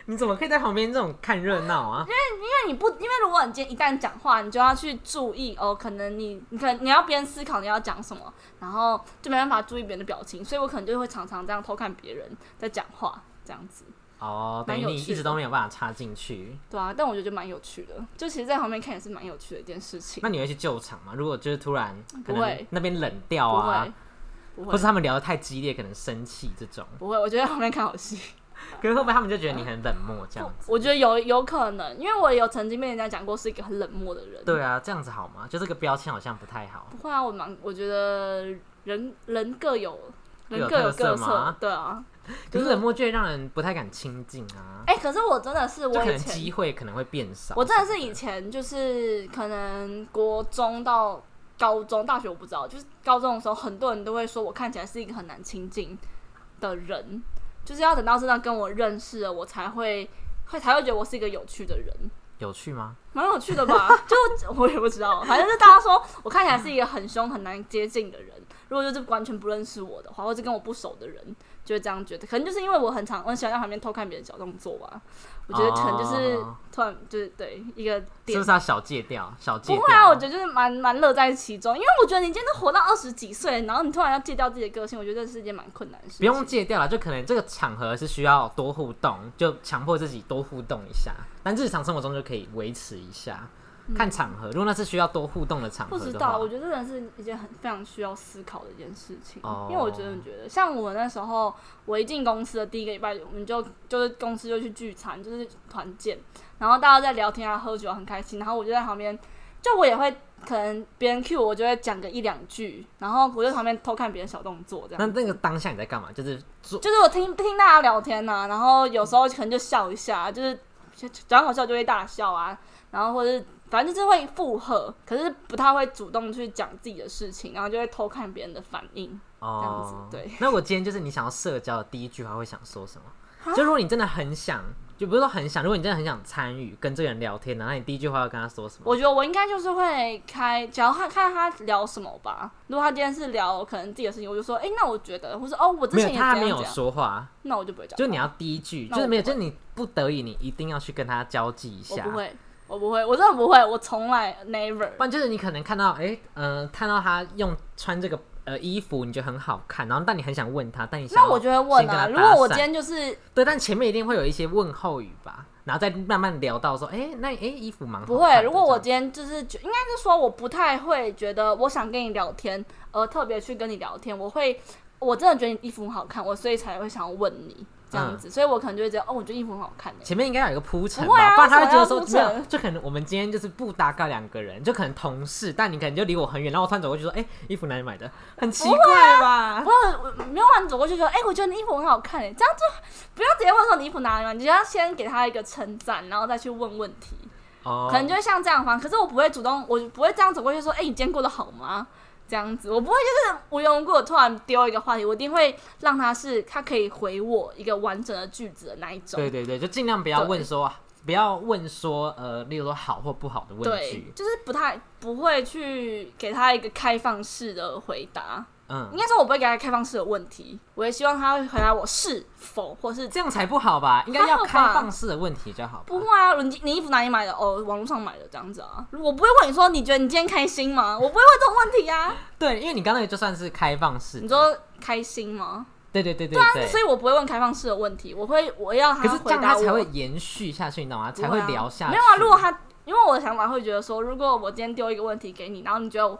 Speaker 1: 你怎么可以在旁边这种看热闹
Speaker 2: *laughs*
Speaker 1: 啊？
Speaker 2: 哎因为你不，因为如果你今天一旦讲话，你就要去注意哦，可能你你可能你要别人思考你要讲什么，然后就没办法注意别人的表情，所以我可能就会常常这样偷看别人在讲话这样子，
Speaker 1: 哦，等于
Speaker 2: 蛮有
Speaker 1: 你
Speaker 2: 趣
Speaker 1: 一直
Speaker 2: 的
Speaker 1: 都没有办法插进去。
Speaker 2: 对啊，但我觉得就蛮有趣的，就其实，在旁边看也是蛮有趣的一件事情
Speaker 1: 那，你会去救场吗？如果就是突然可
Speaker 2: 不会
Speaker 1: 能那边冷掉
Speaker 2: 不
Speaker 1: 啊
Speaker 2: 会，。不
Speaker 1: 或
Speaker 2: 会
Speaker 1: 是他们聊得太激烈，可能生气这
Speaker 2: *laughs*
Speaker 1: 种，
Speaker 2: 不会，我觉得在旁边看好
Speaker 1: *laughs*
Speaker 2: 戏。
Speaker 1: 可是会不会他们就觉得你很冷漠这样子？
Speaker 2: 我觉得有有可能，因为我有曾经被人家讲过是一个很冷漠的人。
Speaker 1: 对啊，这样子好吗？就这个标签好像不太好。
Speaker 2: 不会啊，我蛮我觉得人人各有人
Speaker 1: 有
Speaker 2: 各有
Speaker 1: 特色
Speaker 2: 各
Speaker 1: 吗
Speaker 2: 色，对啊。
Speaker 1: 可是冷漠就会让人不太敢亲近啊，
Speaker 2: 哎、可是我真的是
Speaker 1: 就
Speaker 2: 我
Speaker 1: 可
Speaker 2: 以
Speaker 1: 能
Speaker 2: 前
Speaker 1: 机会可能会变少。
Speaker 2: 我真的是以前就是可能国中到高中、大学我不知道，就是高中的时候，很多人都会说我看起来是一个很难亲近的人，就是要等到真的跟我认识了，我才会会才会觉得我是一个有趣的人。
Speaker 1: 有趣吗？
Speaker 2: 蛮有趣的吧？ *laughs* 就我也不知道，反正是大家说我看起来是一个很凶、很难接近的人。如果就是完全不认识我的话，或者跟我不熟的人，就会这样觉得。可能就是因为我很常，我很喜欢在旁边偷看别人小动作吧。啊我觉得可能就是、
Speaker 1: 哦
Speaker 2: 突然就是对一个
Speaker 1: 是
Speaker 2: 点
Speaker 1: 不。是要小戒掉？小戒
Speaker 2: 不
Speaker 1: 掉？
Speaker 2: 会啊，我觉得就是蛮蛮乐在其中，因为我觉得你今天都活到二十几岁，然后你突然要戒掉自己的个性，我觉得这是一件蛮困难的事情。
Speaker 1: 不用戒掉了，就可能这个场合是需要多互动，就强迫自己多互动一下。但日常生活中就可以维持一下，看场合。如果那是需要多互动的场合
Speaker 2: 嗯不
Speaker 1: 的话，
Speaker 2: 知道，我觉得真的是一件很非常需要思考的一件事情。
Speaker 1: 哦
Speaker 2: 因为我觉得，觉得像我那时候，我一进公司的第一个礼拜，我们就就是公司就去聚餐，就是团建，然后大家在聊天啊、喝酒啊，很开心。然后我就在旁边，就我也会可能别人 cue 我，我就会讲个一两句，然后我就在旁边偷看别人小动作这
Speaker 1: 那
Speaker 2: 样。
Speaker 1: 那个当下你在干嘛？就是做
Speaker 2: 就是我听听大家聊天呐、然后有时候可能就笑一下，就是讲好笑就会大笑啊，然后或者是反正就是会附和，可是不太会主动去讲自己的事情，然后就会偷看别人的反应。这样子
Speaker 1: 哦，
Speaker 2: 对。
Speaker 1: 那我今天就是你想要社交的第一句话会想说什么？
Speaker 2: 啊
Speaker 1: 就如果你真的很想，就不是说很想，如果你真的很想参与跟这个人聊天，然后你第一句话要跟他说什么？
Speaker 2: 我觉得我应该就是会开，只要他看他聊什么吧。如果他今天是聊可能自己的事情，我就说，哎、那我觉得，或是哦，我之
Speaker 1: 没
Speaker 2: 前
Speaker 1: 有，
Speaker 2: 也
Speaker 1: 他还
Speaker 2: 这
Speaker 1: 没
Speaker 2: 样
Speaker 1: 有
Speaker 2: 讲，
Speaker 1: 说话，
Speaker 2: 那我就不会讲。
Speaker 1: 就你要第一句，
Speaker 2: 那
Speaker 1: 就是
Speaker 2: 我
Speaker 1: 没有，
Speaker 2: 不会
Speaker 1: 就是你不得已，你一定要去跟他交际一
Speaker 2: 我
Speaker 1: 下。
Speaker 2: 不会，我不会，我真的不会，我从来 never。
Speaker 1: 不然就是你可能看到，哎、嗯、看到他用穿这个呃衣服，你觉得很好看，然后但你很想问他，但你想
Speaker 2: 那
Speaker 1: 要
Speaker 2: 我就会问
Speaker 1: 先跟他
Speaker 2: 啊，
Speaker 1: 搭
Speaker 2: 如果我
Speaker 1: 讪
Speaker 2: 今天就是
Speaker 1: 对，但前面一定会有一些问候语吧，然后再慢慢聊到说，哎、那哎、衣服蛮好
Speaker 2: 不
Speaker 1: 看
Speaker 2: 会，
Speaker 1: 的
Speaker 2: 如果我
Speaker 1: 这样
Speaker 2: 今天就是觉，应该是说我不太会觉得我想跟你聊天，而特别去跟你聊天，我会，我真的觉得你衣服很好看，我所以才会想要问你这样
Speaker 1: 嗯
Speaker 2: 子，所以我可能就会觉得，哦，我觉得衣服很好看耶
Speaker 1: 前面应该要有一个铺陈
Speaker 2: 不会
Speaker 1: 吧，
Speaker 2: 啊
Speaker 1: 不然他会
Speaker 2: 为
Speaker 1: 觉
Speaker 2: 什么要铺
Speaker 1: 得说没
Speaker 2: 陈
Speaker 1: 有，就可能我们今天就是不搭嘎两个人，就可能同事，但你可能就离我很远，然后我突然走过去说，哎、衣服哪里买的？很奇怪吧？
Speaker 2: 不要我没有让你走过去说，哎、我觉得你衣服很好看欸耶，这样就不要直接问说你衣服哪里买，你就要先给他一个称赞，然后再去问问题，
Speaker 1: 哦，
Speaker 2: 可能就会像这样方，可是我不会主动，我不会这样走过去说，哎、你今天过得好吗？这样子，我不会就是无缘无故地突然丢一个话题，我一定会让他是他可以回我一个完整的句子的那一种。
Speaker 1: 对对对，就尽量不要
Speaker 2: 对
Speaker 1: 问说，不要问说，呃，例如说好或不好的问
Speaker 2: 对
Speaker 1: 句，，
Speaker 2: 就是不太不会去给他一个开放式的回答，
Speaker 1: 嗯
Speaker 2: 应，该说我不会给他开放式的问题，我也希望他会回答我是否或
Speaker 1: *laughs*
Speaker 2: 是
Speaker 1: 这样才不好吧？应该
Speaker 2: 还
Speaker 1: 要
Speaker 2: 好吧
Speaker 1: 开放式的问题就好吧。
Speaker 2: 不会啊，你你衣服哪里买的？哦，网络上买的这样子啊，我不会问你说你觉得你今天开心吗？我不会问这种问题啊。
Speaker 1: 对，因为你刚才就算是开放式
Speaker 2: 你，说开心吗？
Speaker 1: 对对对对
Speaker 2: 但所以我不会问开放式的问题，我会我要他
Speaker 1: 可是这
Speaker 2: 回
Speaker 1: 样
Speaker 2: 答
Speaker 1: 他
Speaker 2: 我，
Speaker 1: 才会延续下去，你懂吗？才会聊下去。
Speaker 2: 没有啊，如果他因为我的想法会觉得说，如果我今天丢一个问题给你，然后你觉得我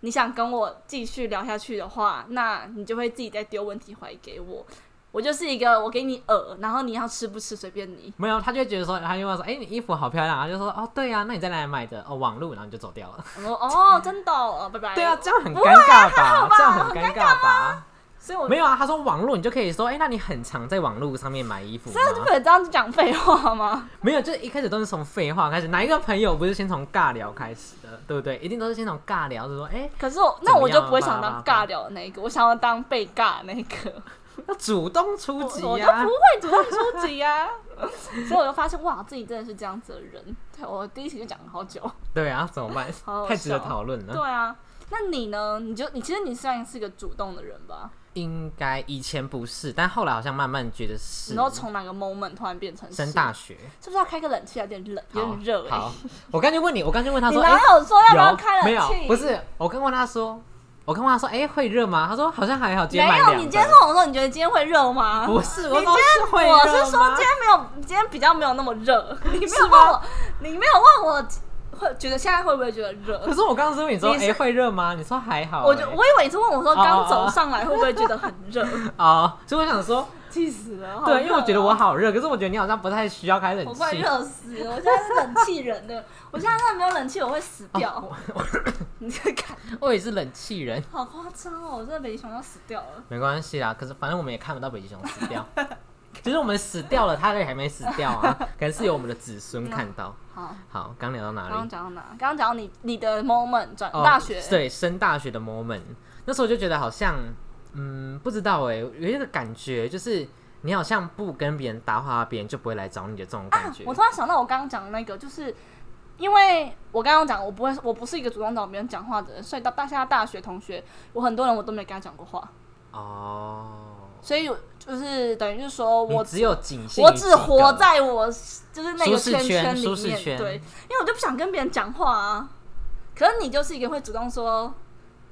Speaker 2: 你想跟我继续聊下去的话，那你就会自己再丢问题回给我。我就是一个我给你饵，然后你要吃不吃随便你。
Speaker 1: 没有，他就会觉得说，他就会说，哎、你衣服好漂亮啊，他就说，哦，对啊，那你在哪里买的？哦，网路，然后你就走掉了。
Speaker 2: 我说哦，真的、哦，拜拜。
Speaker 1: 对啊，这样很尴尬吧？这样很尴尬吧？
Speaker 2: 所以我
Speaker 1: 没有啊，他说网路，你就可以说，哎、那你很常在网路上面买衣服吗？
Speaker 2: 不能这样子讲废话吗？
Speaker 1: 没有，就是一开始都是从废话开始。哪一个朋友不是先从尬聊开始的，对不对？一定都是先从尬聊，就说哎、
Speaker 2: 可是我那我就不会想当尬聊的那一个，我想要当被尬的那一个。
Speaker 1: 要主动
Speaker 2: 我
Speaker 1: 出
Speaker 2: 我
Speaker 1: 击
Speaker 2: 就不
Speaker 1: 呀、
Speaker 2: 会主动出击呀、 *laughs* 所以我就发现哇，自己真的是这样子的人。对我第一题就讲了好久，
Speaker 1: 对啊，怎么办
Speaker 2: 好？好
Speaker 1: 太值得
Speaker 2: 笑
Speaker 1: 讨论
Speaker 2: 对
Speaker 1: 了。
Speaker 2: 啊。那你呢？你就你其实你算是一个主动的人吧？
Speaker 1: 应该以前不是，但后来好像慢慢觉得是
Speaker 2: 你。都从哪个 moment 突然变成
Speaker 1: 升
Speaker 2: 是
Speaker 1: 大学，
Speaker 2: 是不是要开个冷气啊？有点冷，有
Speaker 1: 好
Speaker 2: 点热、欸。
Speaker 1: 好，我刚就问你，我刚就问他
Speaker 2: 你
Speaker 1: 说，哎、
Speaker 2: 哪有说要不要开
Speaker 1: 有没
Speaker 2: 冷
Speaker 1: 有
Speaker 2: 气？？
Speaker 1: 不，是，我刚问他说，我刚问他说，哎、会热吗？他说好像还好，今天
Speaker 2: 没
Speaker 1: 蛮
Speaker 2: 有。
Speaker 1: 凉
Speaker 2: 你
Speaker 1: 的
Speaker 2: 今天跟我说，你觉得今天会热吗？
Speaker 1: 不是，我
Speaker 2: 你
Speaker 1: 说是会
Speaker 2: 我是
Speaker 1: 热
Speaker 2: 说
Speaker 1: 吗
Speaker 2: 今天没有，今天比较没有那么
Speaker 1: *laughs*
Speaker 2: 热。你没有问我，你没有问我会觉得现在会不会觉得热
Speaker 1: 可？是我刚刚是问你说，
Speaker 2: 你
Speaker 1: 哎、
Speaker 2: 是
Speaker 1: 会热吗？你说还好、
Speaker 2: 我就
Speaker 1: 哎
Speaker 2: 我以为你是问我说
Speaker 1: 哦哦
Speaker 2: 刚
Speaker 1: 哦
Speaker 2: 走上来会不会觉得很
Speaker 1: *laughs*
Speaker 2: 热，
Speaker 1: 哦，所以我想说，
Speaker 2: 气死了。好热哦
Speaker 1: 对，因为我觉得我好热，可是我觉得你好像不太需要开冷
Speaker 2: 我
Speaker 1: 气。
Speaker 2: 快热死了，我现在是冷气人
Speaker 1: *laughs*
Speaker 2: 的，我现在真的没有冷气我会死掉。
Speaker 1: 哦
Speaker 2: 你这感
Speaker 1: 我也是冷气人，
Speaker 2: 好夸张哦，我真的北极熊要死掉了。
Speaker 1: 没关系啦。可是反正我们也看不到北极熊死
Speaker 2: *laughs*
Speaker 1: 掉，其实我们死掉了，它也还没死掉啊，可能是有我们的子孙看到。
Speaker 2: 好，
Speaker 1: 好，刚聊到哪
Speaker 2: 刚刚
Speaker 1: 里？
Speaker 2: 讲到哪？刚刚讲到你你的 moment 转大学，
Speaker 1: 哦对升大学的 moment，那时候就觉得好像，嗯，不知道哎、有一个感觉就是。你好像不跟别人搭话，别人就不会来找你的这种感觉。
Speaker 2: 啊我突然想到我刚刚讲的那个，就是因为我刚刚讲我不会，我不是一个主动找别人讲话的人，所以到大现在大学同学，我很多人我都没跟他讲过话，
Speaker 1: 哦，
Speaker 2: 所以我就是等于是说
Speaker 1: 我
Speaker 2: 我
Speaker 1: 只有仅限于
Speaker 2: 我
Speaker 1: 几
Speaker 2: 只
Speaker 1: 个
Speaker 2: 活在我就是那个
Speaker 1: 舒适
Speaker 2: 圈
Speaker 1: 圈
Speaker 2: 里
Speaker 1: 舒适
Speaker 2: 面，
Speaker 1: 圈
Speaker 2: 对，因为我就不想跟别人讲话啊。可是你就是一个会主动说，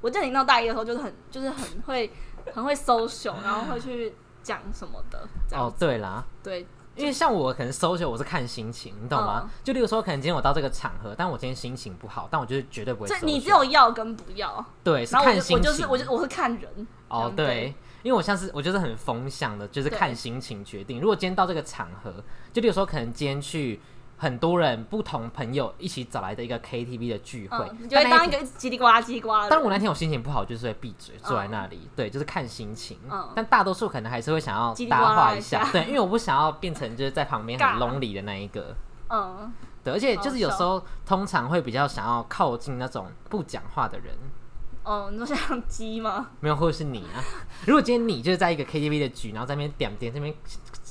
Speaker 2: 我记得你到大一的时候就是很就是很会很会 social，然后会去讲什么的，这样、
Speaker 1: 哦，对啦，
Speaker 2: 对，
Speaker 1: 因为像我可能 social 我是看心情，你懂吗？
Speaker 2: 嗯
Speaker 1: 就例如说，可能今天我到这个场合，但我今天心情不好，但我就是绝对不会
Speaker 2: 这
Speaker 1: social。
Speaker 2: 你只有要跟不要。
Speaker 1: 对是
Speaker 2: 然后我
Speaker 1: 看
Speaker 2: 就
Speaker 1: 心情，
Speaker 2: 我就是我就我是看人
Speaker 1: 哦
Speaker 2: 嗯
Speaker 1: 对，因为我像是我就是很风向的，就是
Speaker 2: 对
Speaker 1: 看心情决定。如果今天到这个场合，就例如说可能今天去很多人不同朋友一起找来的一个 KTV 的聚会，
Speaker 2: 嗯，
Speaker 1: 但
Speaker 2: 你就会
Speaker 1: 那
Speaker 2: 当
Speaker 1: 一
Speaker 2: 一
Speaker 1: 天
Speaker 2: 个叽里呱啦叽里呱啦的人。
Speaker 1: 但我那天我心情不好，就是会闭嘴坐在
Speaker 2: 嗯
Speaker 1: 那里，对，就是看心情。
Speaker 2: 嗯
Speaker 1: 但大多数可能还是会想要
Speaker 2: 叽里呱
Speaker 1: 搭
Speaker 2: 啦
Speaker 1: 话
Speaker 2: 一
Speaker 1: 一
Speaker 2: 下 *laughs*
Speaker 1: 下，对，因为我不想要变成就是在旁边
Speaker 2: 尬
Speaker 1: 很 lonely 的那一个。
Speaker 2: 嗯， *laughs*
Speaker 1: 对，而且就是有
Speaker 2: 好笑
Speaker 1: 时候通常会比较想要靠近那种不讲话的人，
Speaker 2: 哦，你说像鸡吗？
Speaker 1: 没有，或者是你啊。 *laughs* 如果今天你就是在一个 KTV 的局，然后在那边点点这边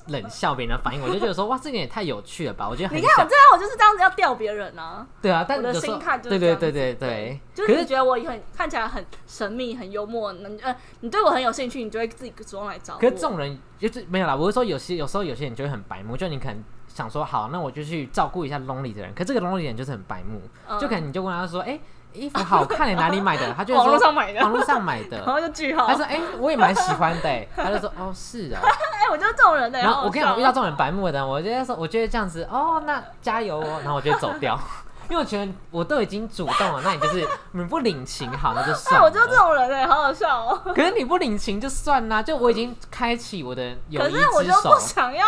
Speaker 1: 冷笑别人的反应，我就觉得说哇，这个人也太有趣了吧！我觉得
Speaker 2: 你
Speaker 1: 很
Speaker 2: 看我
Speaker 1: 想
Speaker 2: 这样，我就是这样子要钓别人啊。
Speaker 1: 对啊，但
Speaker 2: 我的
Speaker 1: 有时候
Speaker 2: 心态就是这
Speaker 1: 对对
Speaker 2: 样
Speaker 1: 对
Speaker 2: 子
Speaker 1: 对对，
Speaker 2: 就
Speaker 1: 可
Speaker 2: 是你
Speaker 1: 是
Speaker 2: 觉得我很看起来很神秘、很幽默，能呃，你对我很有兴趣，你就会自己主动来找我。
Speaker 1: 可是这种人就是没有啦。我是说有些有时候有些人就会很白目，就你可能想说好，那我就去照顾一下 lonely 的人，可这个 lonely 的人就是很白目，
Speaker 2: 嗯
Speaker 1: 就可能你就问他说，哎、衣服好看，你哪里买的？他就会
Speaker 2: 网络
Speaker 1: 说
Speaker 2: 上买的，
Speaker 1: 网络上买的
Speaker 2: 然。后就句号。
Speaker 1: 他说：“哎、我也蛮喜欢
Speaker 2: *laughs*
Speaker 1: 的、欸。”他就说：“哦，是啊。
Speaker 2: 哎，我就是这种人的。”
Speaker 1: 然后我
Speaker 2: 好
Speaker 1: 跟你讲，
Speaker 2: 笑哦
Speaker 1: 我遇到这种很白目的人，我就会说：“我觉得这样子，哦，那加油哦。”然后我就会走掉， *laughs* 因为我觉得我都已经主动了，那你就是你不领情，好，那就算
Speaker 2: 哎，
Speaker 1: 了。
Speaker 2: 我就是这种人哎，好好笑哦。
Speaker 1: 可是你不领情就算啦，就我已经开启我的友
Speaker 2: 可
Speaker 1: 谊
Speaker 2: 是我
Speaker 1: 之
Speaker 2: 就不
Speaker 1: 手
Speaker 2: 想要，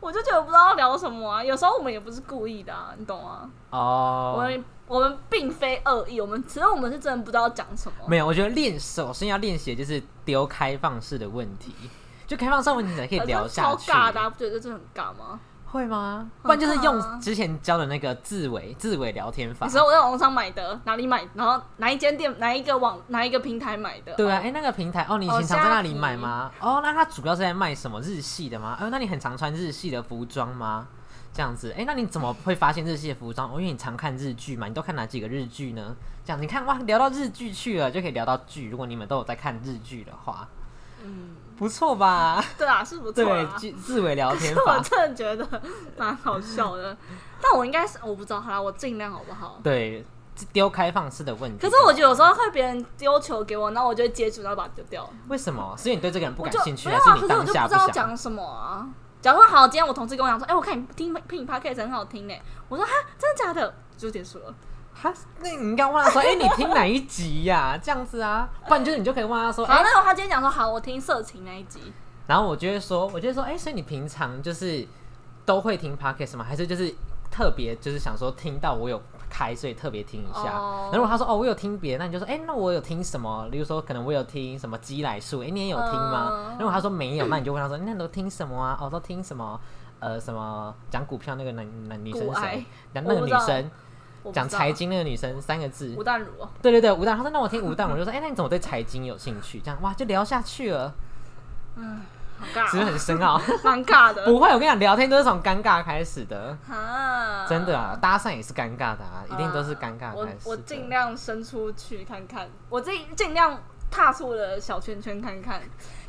Speaker 2: 我就觉得我不知道要聊什么啊。有时候我们也不是故意的啊，你懂吗？我
Speaker 1: 哦。
Speaker 2: 们我们并非恶意，我们其实我们是真的不知道讲什么。
Speaker 1: 没有，我觉得练首先要练习的就是丢开放式的问题，就开放式的问题才可以
Speaker 2: 可是
Speaker 1: 聊下
Speaker 2: 超
Speaker 1: 去。
Speaker 2: 尬的、啊，不觉得这很尬吗？
Speaker 1: 会吗？
Speaker 2: 很
Speaker 1: 不然就是
Speaker 2: 尬啊
Speaker 1: 用之前教的那个字尾字尾聊天法
Speaker 2: 你。说我在网络上买的，哪里买，然后哪一间店，哪一个网，哪一个平台买的？
Speaker 1: 对啊，
Speaker 2: 哦
Speaker 1: 哎、那个平台哦，你
Speaker 2: 哦
Speaker 1: 平常在那里
Speaker 2: 虾皮
Speaker 1: 买吗？哦，那它主要是在卖什么日系的吗？哦，那你很常穿日系的服装吗？这样子，哎、那你怎么会发现日系的服装？哦，因为你常看日剧嘛，你都看哪几个日剧呢？这样，你看哇，聊到日剧去了，就可以聊到剧。如果你们都有在看日剧的话，
Speaker 2: 嗯，
Speaker 1: 不错吧？
Speaker 2: 对啊，是不错
Speaker 1: 对
Speaker 2: 啊，。
Speaker 1: 自自尾聊天
Speaker 2: 可 *laughs* 是我
Speaker 1: 法，
Speaker 2: 真的觉得蛮好笑 *laughs* 的，但我应该是我不知道，好啦，我尽量好不好？
Speaker 1: 对，丢开放式的问题。
Speaker 2: 可是我觉得有时候会别人丢球给我，然后我就会接住，然后把它丢掉。
Speaker 1: 为什么？是因为你对这个人不
Speaker 2: 我
Speaker 1: 感
Speaker 2: 就
Speaker 1: 兴趣，
Speaker 2: 没
Speaker 1: 还
Speaker 2: 有啊，可
Speaker 1: 是你
Speaker 2: 是我
Speaker 1: 当
Speaker 2: 就
Speaker 1: 下
Speaker 2: 不知
Speaker 1: 不
Speaker 2: 道
Speaker 1: 想？
Speaker 2: 讲什么啊。假如说好，今天我同事跟我讲说，哎、我看你听听你 podcast 很好听呢，我说哈，真的假的？就结束了。
Speaker 1: 他，那你应该问
Speaker 2: *laughs*
Speaker 1: 他说：“哎、你听哪一集呀、这样子啊，不然就是你就可以问他说：“哎、
Speaker 2: 好，那如果他今天讲说好，我听色情那一集，
Speaker 1: 然后我就会说，我就会说，哎、所以你平常就是都会听 podcast 吗？还是就是特别就是想说听到我有开，所以特别听一下？
Speaker 2: 哦
Speaker 1: 然后如果他说哦，我有听别的，那你就说，哎、那我有听什么？例如说，可能我有听什么鸡来树，哎、你也有听吗？
Speaker 2: 嗯
Speaker 1: 然后如果他说没有，那你就问他说，那你都听什么啊？哦，都听什么？呃，什么讲股票那个男男女生
Speaker 2: 股
Speaker 1: 是
Speaker 2: 癌
Speaker 1: 谁？讲那
Speaker 2: 我
Speaker 1: 个
Speaker 2: 不
Speaker 1: 女
Speaker 2: 知道
Speaker 1: 生
Speaker 2: 我不知道
Speaker 1: 讲财经那个女生三个字
Speaker 2: 吴，淡如哦，
Speaker 1: 对对对，
Speaker 2: *laughs* *laughs*
Speaker 1: 吴旦。他说那我听吴旦，我就说，哎、那你怎么对财经有兴趣？这样哇，就聊下去了。
Speaker 2: 嗯，好
Speaker 1: 只
Speaker 2: 尬
Speaker 1: 是
Speaker 2: 哦，
Speaker 1: 很深奥。 *laughs*
Speaker 2: 蛮尬的。
Speaker 1: 不会，我跟你讲，聊天都是从尴尬开始的，
Speaker 2: 啊，
Speaker 1: 真的啊，搭讪也是尴尬的啊，一定都是尴尬
Speaker 2: 我
Speaker 1: 开始
Speaker 2: 嗯我
Speaker 1: 的
Speaker 2: 尽量伸出去看看，我自己尽量踏出我的小圈圈看看。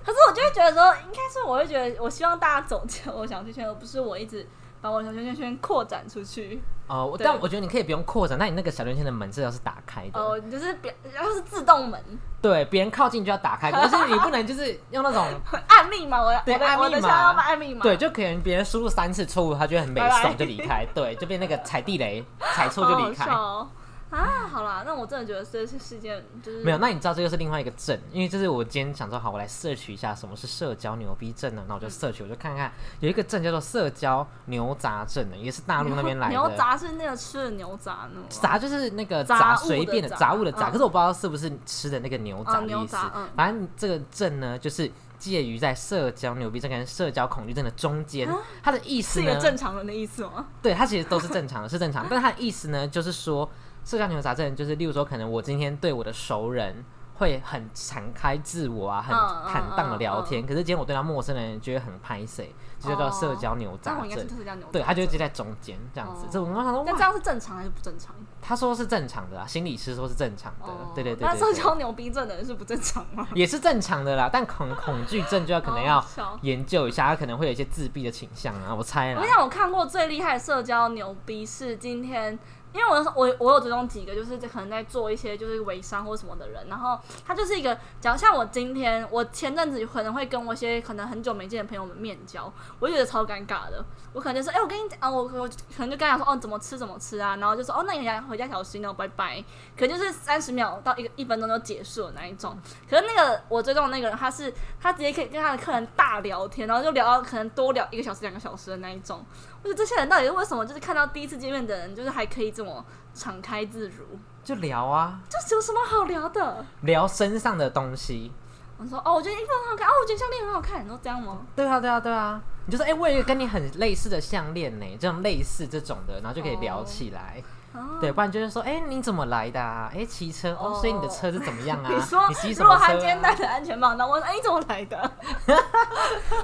Speaker 2: 可是我就会觉得说，应该是我会觉得，我希望大家走进我小圈圈，而不是我一直把我的小圈圈圈扩展出去。
Speaker 1: 哦，我
Speaker 2: 对
Speaker 1: 但我觉得你可以不用扩展，那你那个小圈圈的门至少是打开的，
Speaker 2: 哦，就是别，然后是自动门，
Speaker 1: 对，别人靠近就要
Speaker 2: *laughs*
Speaker 1: 打开，可是你不能就是用那种
Speaker 2: 按密码，我要
Speaker 1: 对
Speaker 2: 我的
Speaker 1: 按密码
Speaker 2: 我的想要按密码，
Speaker 1: 对，，就可能别人输入三次错误，他就很美
Speaker 2: 拜拜
Speaker 1: 送就离开，对，就变那个踩地雷，踩错
Speaker 2: 好
Speaker 1: 就
Speaker 2: 好
Speaker 1: 离开。
Speaker 2: 笑哦。啊，好啦，那我真的觉得这是是一件就是
Speaker 1: 没有，那你知道这就是另外一个症，因为这是我今天想说，好，我来 search 一下什么是社交牛逼症呢？那我就 search，我就看看有一个症叫做社交牛杂症的，也是大陆那边来
Speaker 2: *laughs*
Speaker 1: 的。
Speaker 2: 牛杂是那个吃的牛杂那种吗
Speaker 1: 杂就是那个
Speaker 2: 杂
Speaker 1: 杂，
Speaker 2: 物的
Speaker 1: 随便的
Speaker 2: 杂
Speaker 1: 杂物的杂，
Speaker 2: 嗯
Speaker 1: 可是我不知道是不是吃的那个牛杂
Speaker 2: 哦
Speaker 1: 的
Speaker 2: 牛
Speaker 1: 意思
Speaker 2: 杂嗯。
Speaker 1: 反正这个症呢，就是介于在社交牛逼症跟社交恐惧症的中间，它的意思
Speaker 2: 啊是一个
Speaker 1: 呢，
Speaker 2: 正常人的意思吗？
Speaker 1: 对，它其实都是正常的，是正常。但它的意思呢，就是说，社交牛杂症就是，例如说，可能我今天对我的熟人会很敞开自我啊，很
Speaker 2: 嗯嗯哦
Speaker 1: 坦荡的聊天，可是今天我对他陌生人就会很拍谁，这就叫社交牛
Speaker 2: 那
Speaker 1: 杂
Speaker 2: 我应该是
Speaker 1: 症。
Speaker 2: 特叫牛杂。
Speaker 1: 对，他就会接在中间这样子
Speaker 2: 哦。
Speaker 1: 这我刚刚想
Speaker 2: 那
Speaker 1: 说，
Speaker 2: 这
Speaker 1: 哇，
Speaker 2: 样是正常还是不正常？
Speaker 1: 他说是正常的啊啦，心理师说是正常的
Speaker 2: 哦，
Speaker 1: 对对对
Speaker 2: 那
Speaker 1: 对
Speaker 2: 社
Speaker 1: 对对，
Speaker 2: 交牛逼症的人是不正常吗？
Speaker 1: 也是正常的啦。但恐恐惧症就 *laughs* 要可能
Speaker 2: 好
Speaker 1: 要
Speaker 2: 好笑
Speaker 1: 研究一下，他可能会有一些自闭的倾向啊，我猜
Speaker 2: 我
Speaker 1: 啦
Speaker 2: 跟你。讲，我看过最厉害的社交牛逼是今天，因为我我我有追踪几个，就是可能在做一些就是微商或什么的人，然后他就是一个，假如像我今天，我前阵子可能会跟我一些可能很久没见的朋友们面交，我就觉得超尴尬的。我可能就是，哎、我跟你讲，啊，我我可能就跟他讲说，哦，怎么吃怎么吃啊，然后就说，哦，那你回家小心哦，拜拜。可能就是三十秒到一个一分钟就结束的那一种。可是那个我追踪的那个人，他是他直接可以跟他的客人大聊天，然后就聊到可能多聊一个小时、两个小时的那一种。我觉得这些人到底是为什么？就是看到第一次见面的人，就是还可以这么敞开自如，
Speaker 1: 就聊啊，
Speaker 2: 这有什么好聊的？
Speaker 1: 聊身上的东西。
Speaker 2: 我说哦，我觉得衣服很好看，哦，我觉得项链很好看，你说这样吗？
Speaker 1: 对啊，对啊，对啊，你就说，哎、我有一个跟你很类似的项链呢，这种类似这种的，然后就可以聊起来。
Speaker 2: 哦
Speaker 1: 对，不然就是说，哎、你怎么来的啊？哎、骑车哦所以你的车是怎么样啊？
Speaker 2: *laughs* 你说，
Speaker 1: 骑什
Speaker 2: 如果
Speaker 1: 么
Speaker 2: 他
Speaker 1: 车、
Speaker 2: 今天
Speaker 1: 啊？
Speaker 2: 戴着安全帽，那我说，哎，你怎么来的？
Speaker 1: *laughs*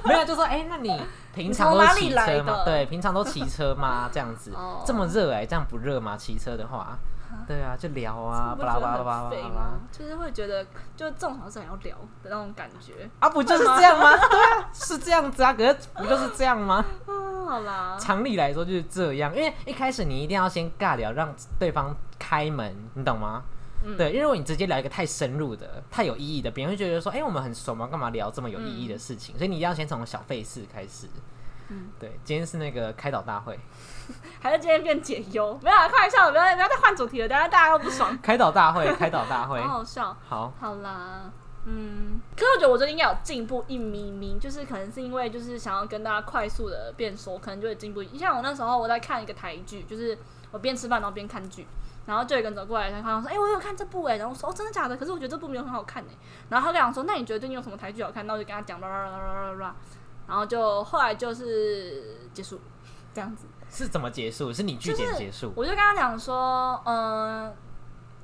Speaker 1: 没有，就说，哎、那你平常
Speaker 2: 你从
Speaker 1: 都
Speaker 2: 哪
Speaker 1: 是
Speaker 2: 里
Speaker 1: 骑
Speaker 2: 来
Speaker 1: 车吗？
Speaker 2: 的
Speaker 1: 对，平常都骑车
Speaker 2: *laughs*
Speaker 1: 吗？这样子
Speaker 2: 哦，
Speaker 1: 这么热哎、这样不热吗？骑车的话，对啊，就聊啊，
Speaker 2: 不
Speaker 1: 巴
Speaker 2: 觉
Speaker 1: 拉
Speaker 2: 得
Speaker 1: 巴拉
Speaker 2: 很
Speaker 1: 巴拉巴
Speaker 2: 废
Speaker 1: 拉
Speaker 2: 吗。？就是会觉得，就这种好像很要聊的那种感觉。
Speaker 1: 啊，不就是这样吗？ *laughs* 对啊，是这样子啊，可是不就是这样吗？
Speaker 2: 嗯，好啦，
Speaker 1: 常理来说就是这样，因为一开始你一定要先尬聊，让对方开门，你懂吗？
Speaker 2: 嗯
Speaker 1: 对，因为如果你直接聊一个太深入的、太有意义的，别人会觉得说：“哎、我们很熟吗？干嘛聊这么有意义的事情？”所以你一定要先从小费事开始。
Speaker 2: 嗯，
Speaker 1: 对，今天是那个开导大会，
Speaker 2: 还是今天变解忧？没有啦，开玩笑的，不要不要再换主题了，等下大家又不爽，
Speaker 1: 开导大会，开导大会
Speaker 2: 好。好笑。
Speaker 1: 好，
Speaker 2: 好啦，嗯，可是我觉得我最近应该有进步一咪咪，就是可能是因为就是想要跟大家快速的变熟，可能就会进步。像我那时候我在看一个台剧，就是我边吃饭然后边看剧，然后就有一个人走过来，他说：“哎、我有看这部哎、然后我说：“哦，真的假的？”可是我觉得这部没有很好看哎、然后他就想说：“那你觉得最近有什么台剧好看？”那我就跟他讲啦啦啦啦啦啦，然后就后来就是结束这样子。
Speaker 1: 是怎么结束？是你据点结束？
Speaker 2: 我就跟他讲说，嗯、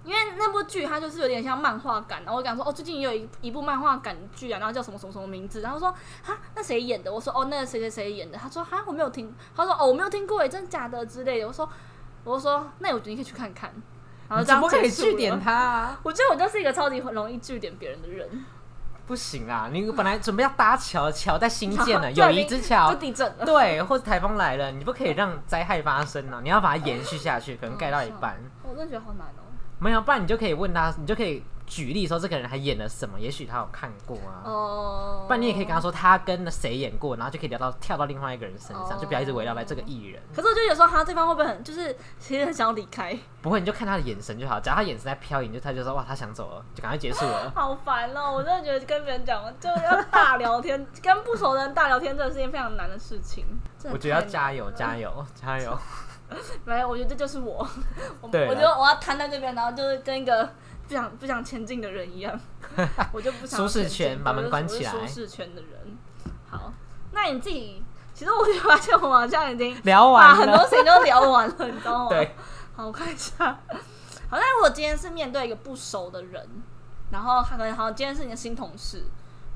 Speaker 2: 因为那部剧它就是有点像漫画感，然后我讲说，哦，最近也有一一部漫画感剧啊，然后叫什么什么什么名字，然后说，哈，那谁演的？我说，哦，那个谁谁谁演的？他说，哈，我没有听，他说，哦，我没有听过，哎，真的假的之类的。我说，我说，那我觉得你可以去看看。然后
Speaker 1: 你
Speaker 2: 这
Speaker 1: 怎
Speaker 2: 样
Speaker 1: 么可以
Speaker 2: 结束了
Speaker 1: 据点他、啊？
Speaker 2: 我觉得我就是一个超级容易据点别人的人，
Speaker 1: 不行啊！你本来准备要搭桥，桥在新
Speaker 2: *laughs*
Speaker 1: 建了，
Speaker 2: 就
Speaker 1: 友
Speaker 2: 已经
Speaker 1: 谊之桥
Speaker 2: 啊就，地震
Speaker 1: *laughs*
Speaker 2: 了。
Speaker 1: 对，或者台风来了，你不可以让灾害发生啊！你要把它延续下去，可能盖到一半，
Speaker 2: 我真的觉得好难哦。
Speaker 1: 没有，不然你就可以问他，你就可以举例说这个人还演了什么，也许他有看过啊。
Speaker 2: 哦、
Speaker 1: 不然你也可以跟他说他跟谁演过，然后就可以聊到跳到另外一个人身上，
Speaker 2: 哦
Speaker 1: 就不要一直围绕在这个艺人。
Speaker 2: 可是我就有时候，哈，对方会不会很，就是其实很想要离开？
Speaker 1: 不会，你就看他的眼神就好，只要他眼神在飘移，你就他就说哇他想走了，就赶快结束了。
Speaker 2: 好烦哦！我真的觉得跟别人讲，就要大聊天，跟不熟的人大聊天，真的是一件非常难的事情。真的
Speaker 1: 我觉得要
Speaker 2: 太难
Speaker 1: 加油，加油， *laughs* 加油！
Speaker 2: 没有，我觉得这就是我。我
Speaker 1: 对啊
Speaker 2: 我觉得我要瘫在这边，然后就是跟一个不想不想前进的人一
Speaker 1: *laughs*
Speaker 2: 样，我就不想
Speaker 1: 舒适
Speaker 2: 前进
Speaker 1: 圈把
Speaker 2: 我
Speaker 1: 门
Speaker 2: 就是
Speaker 1: 关起来
Speaker 2: 我是舒适圈的人。好，那你自己，其实我就发现我好像已经
Speaker 1: 聊
Speaker 2: 把
Speaker 1: 完
Speaker 2: 很多
Speaker 1: 了，
Speaker 2: 事情都聊完了，你知道吗？
Speaker 1: 对，
Speaker 2: 好，我看一下。 *laughs* 好，那如果今天是面对一个不熟的人，然后他可能好，今天是你的新同事，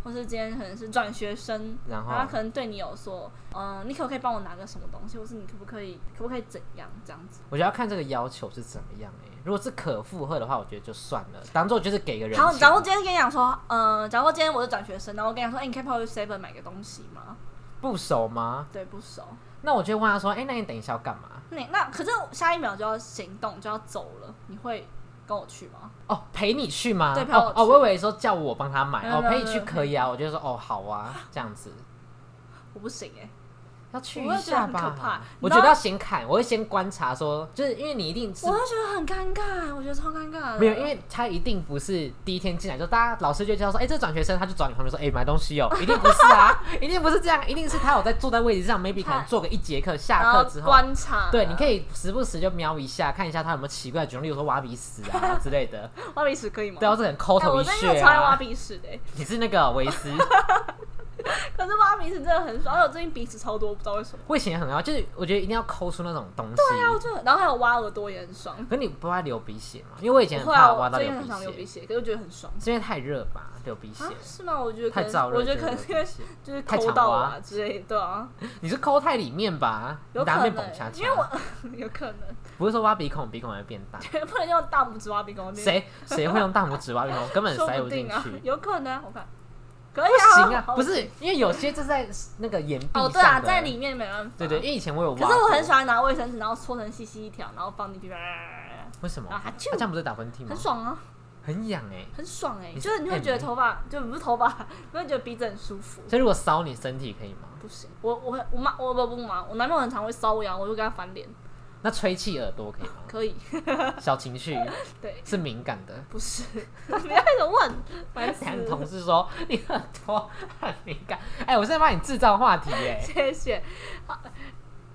Speaker 2: 或是今天可能是转学生，
Speaker 1: 然后
Speaker 2: 然后他可能对你有说，嗯、你可不可以帮我拿个什么东西，或是你可不可以可不可以怎样这样子？
Speaker 1: 我觉得要看这个要求是怎么样哎、如果是可负荷的话，我觉得就算了，当做就是给个人情。
Speaker 2: 好，假如我今天跟你讲说，嗯、假如我今天我是转学生，然后我跟你讲说，哎、你可以帮我去 Seven 买个东西吗？
Speaker 1: 不熟吗？
Speaker 2: 对，不熟。
Speaker 1: 那我就问他说：“哎、那你等一下要干嘛
Speaker 2: 那你那可是下一秒就要行动，就要走了，你会跟我去吗？？”
Speaker 1: 哦，陪你去吗？
Speaker 2: 对陪我
Speaker 1: 哦
Speaker 2: 去嗯
Speaker 1: 哦，我以为说叫我帮他买，
Speaker 2: 没有
Speaker 1: 哦，
Speaker 2: 没有
Speaker 1: 陪你去
Speaker 2: 没有
Speaker 1: 可以啊。我就说哦，好啊，这样子
Speaker 2: 我不行哎、
Speaker 1: 要去
Speaker 2: 我会
Speaker 1: 一下
Speaker 2: 觉得很可怕
Speaker 1: 吧
Speaker 2: 你。
Speaker 1: 我
Speaker 2: 知
Speaker 1: 觉
Speaker 2: 道
Speaker 1: 得要先看，我会先观察说，就是因为你一定是
Speaker 2: 我会觉嗯得很尴尬，我觉得超尴尬的。
Speaker 1: 没有，因为他一定不是第一天进来就大家老师就介绍说，哎、这转学生，他就找你旁边说，哎、买东
Speaker 2: *laughs*
Speaker 1: 西哦，一定不是啊，一定不是这样，一定是他有在坐在位置上，maybe 可能坐个一节课，
Speaker 2: 然
Speaker 1: 下
Speaker 2: 后
Speaker 1: 课之
Speaker 2: *laughs*
Speaker 1: 后，
Speaker 2: 观察，
Speaker 1: 对，你可以时不时就瞄一下，看一下他有没有奇怪的举动，例如说挖鼻屎啊之类的，
Speaker 2: 挖鼻屎可以吗？
Speaker 1: 对啊，这很抠
Speaker 2: 哎
Speaker 1: 头
Speaker 2: 我
Speaker 1: 一
Speaker 2: 真的
Speaker 1: 血
Speaker 2: 超爱挖
Speaker 1: 啊，
Speaker 2: 鼻屎的欸、
Speaker 1: 你是那个维
Speaker 2: *laughs*
Speaker 1: 斯，
Speaker 2: 可是挖鼻屎真的很爽，而且我最
Speaker 1: 嗯
Speaker 2: 近鼻屎超多，不知道为什么。
Speaker 1: 我以前也很爱，就是我觉得一定要抠出那种东西，
Speaker 2: 对啊，我就然后还有挖耳朵也很爽。
Speaker 1: 可你不爱流鼻血吗？因为我以前很
Speaker 2: 会啊，
Speaker 1: 怕挖
Speaker 2: 我
Speaker 1: 到
Speaker 2: 最
Speaker 1: 流
Speaker 2: 近很
Speaker 1: 鼻
Speaker 2: 想流鼻
Speaker 1: 血，
Speaker 2: 血，可是我觉得很爽。
Speaker 1: 是因为太热吧，流鼻血
Speaker 2: 啊，是吗？我觉得可
Speaker 1: 太
Speaker 2: 能，
Speaker 1: 燥热，
Speaker 2: 我觉得可能
Speaker 1: 流
Speaker 2: 是
Speaker 1: 鼻
Speaker 2: 因为
Speaker 1: 血
Speaker 2: 就是
Speaker 1: 太
Speaker 2: 抠
Speaker 1: 常
Speaker 2: 到
Speaker 1: 挖
Speaker 2: 啊之类的，对啊，
Speaker 1: 你是抠太里面吧？
Speaker 2: 有
Speaker 1: 你
Speaker 2: 可
Speaker 1: 拿面
Speaker 2: 能
Speaker 1: 捧掐掐，
Speaker 2: 因为我 *laughs* 有可能，
Speaker 1: 不是说挖鼻孔，鼻孔会变
Speaker 2: *laughs*
Speaker 1: 大。
Speaker 2: 对，不能用大拇指挖鼻孔，
Speaker 1: 谁谁会用大拇指挖
Speaker 2: *laughs*
Speaker 1: 鼻孔？根本
Speaker 2: 说
Speaker 1: 塞
Speaker 2: 不
Speaker 1: 进
Speaker 2: 定
Speaker 1: 去。
Speaker 2: 啊， *laughs* 有可能啊，我看可以
Speaker 1: 不
Speaker 2: 啊，
Speaker 1: 行啊
Speaker 2: 好，
Speaker 1: 不是因为有些就是在那个岩壁上
Speaker 2: 哦，
Speaker 1: 的
Speaker 2: 对啊，在里面没办法，
Speaker 1: 对对，因。为以前我有挖
Speaker 2: 可
Speaker 1: 过，
Speaker 2: 是我很喜欢拿卫生纸，然后搓成细细一条，然后放进去，啊
Speaker 1: 为什么？
Speaker 2: 啊
Speaker 1: 啊
Speaker 2: 啾
Speaker 1: 这样不是打喷嚏吗
Speaker 2: 很？爽啊，
Speaker 1: 很痒哎，
Speaker 2: 很爽哎、
Speaker 1: 你是
Speaker 2: 就是你会觉得头发，就不是头发，你会觉得鼻子很舒服。
Speaker 1: 所以如果烧你身体可以吗？
Speaker 2: 不行，我我会我妈我不不嘛，我男朋友很常会搔我痒，我就跟他翻脸，
Speaker 1: 那吹气耳朵可以
Speaker 2: *laughs*
Speaker 1: 吗？
Speaker 2: 可以，
Speaker 1: 小情绪
Speaker 2: 对，
Speaker 1: 是敏感的。
Speaker 2: 不是， *laughs* 你要一直问，烦死
Speaker 1: 两
Speaker 2: 了
Speaker 1: 个同事说你耳朵很敏感， *laughs* 哎，我现在帮你制造话题哎。
Speaker 2: *laughs* 谢谢。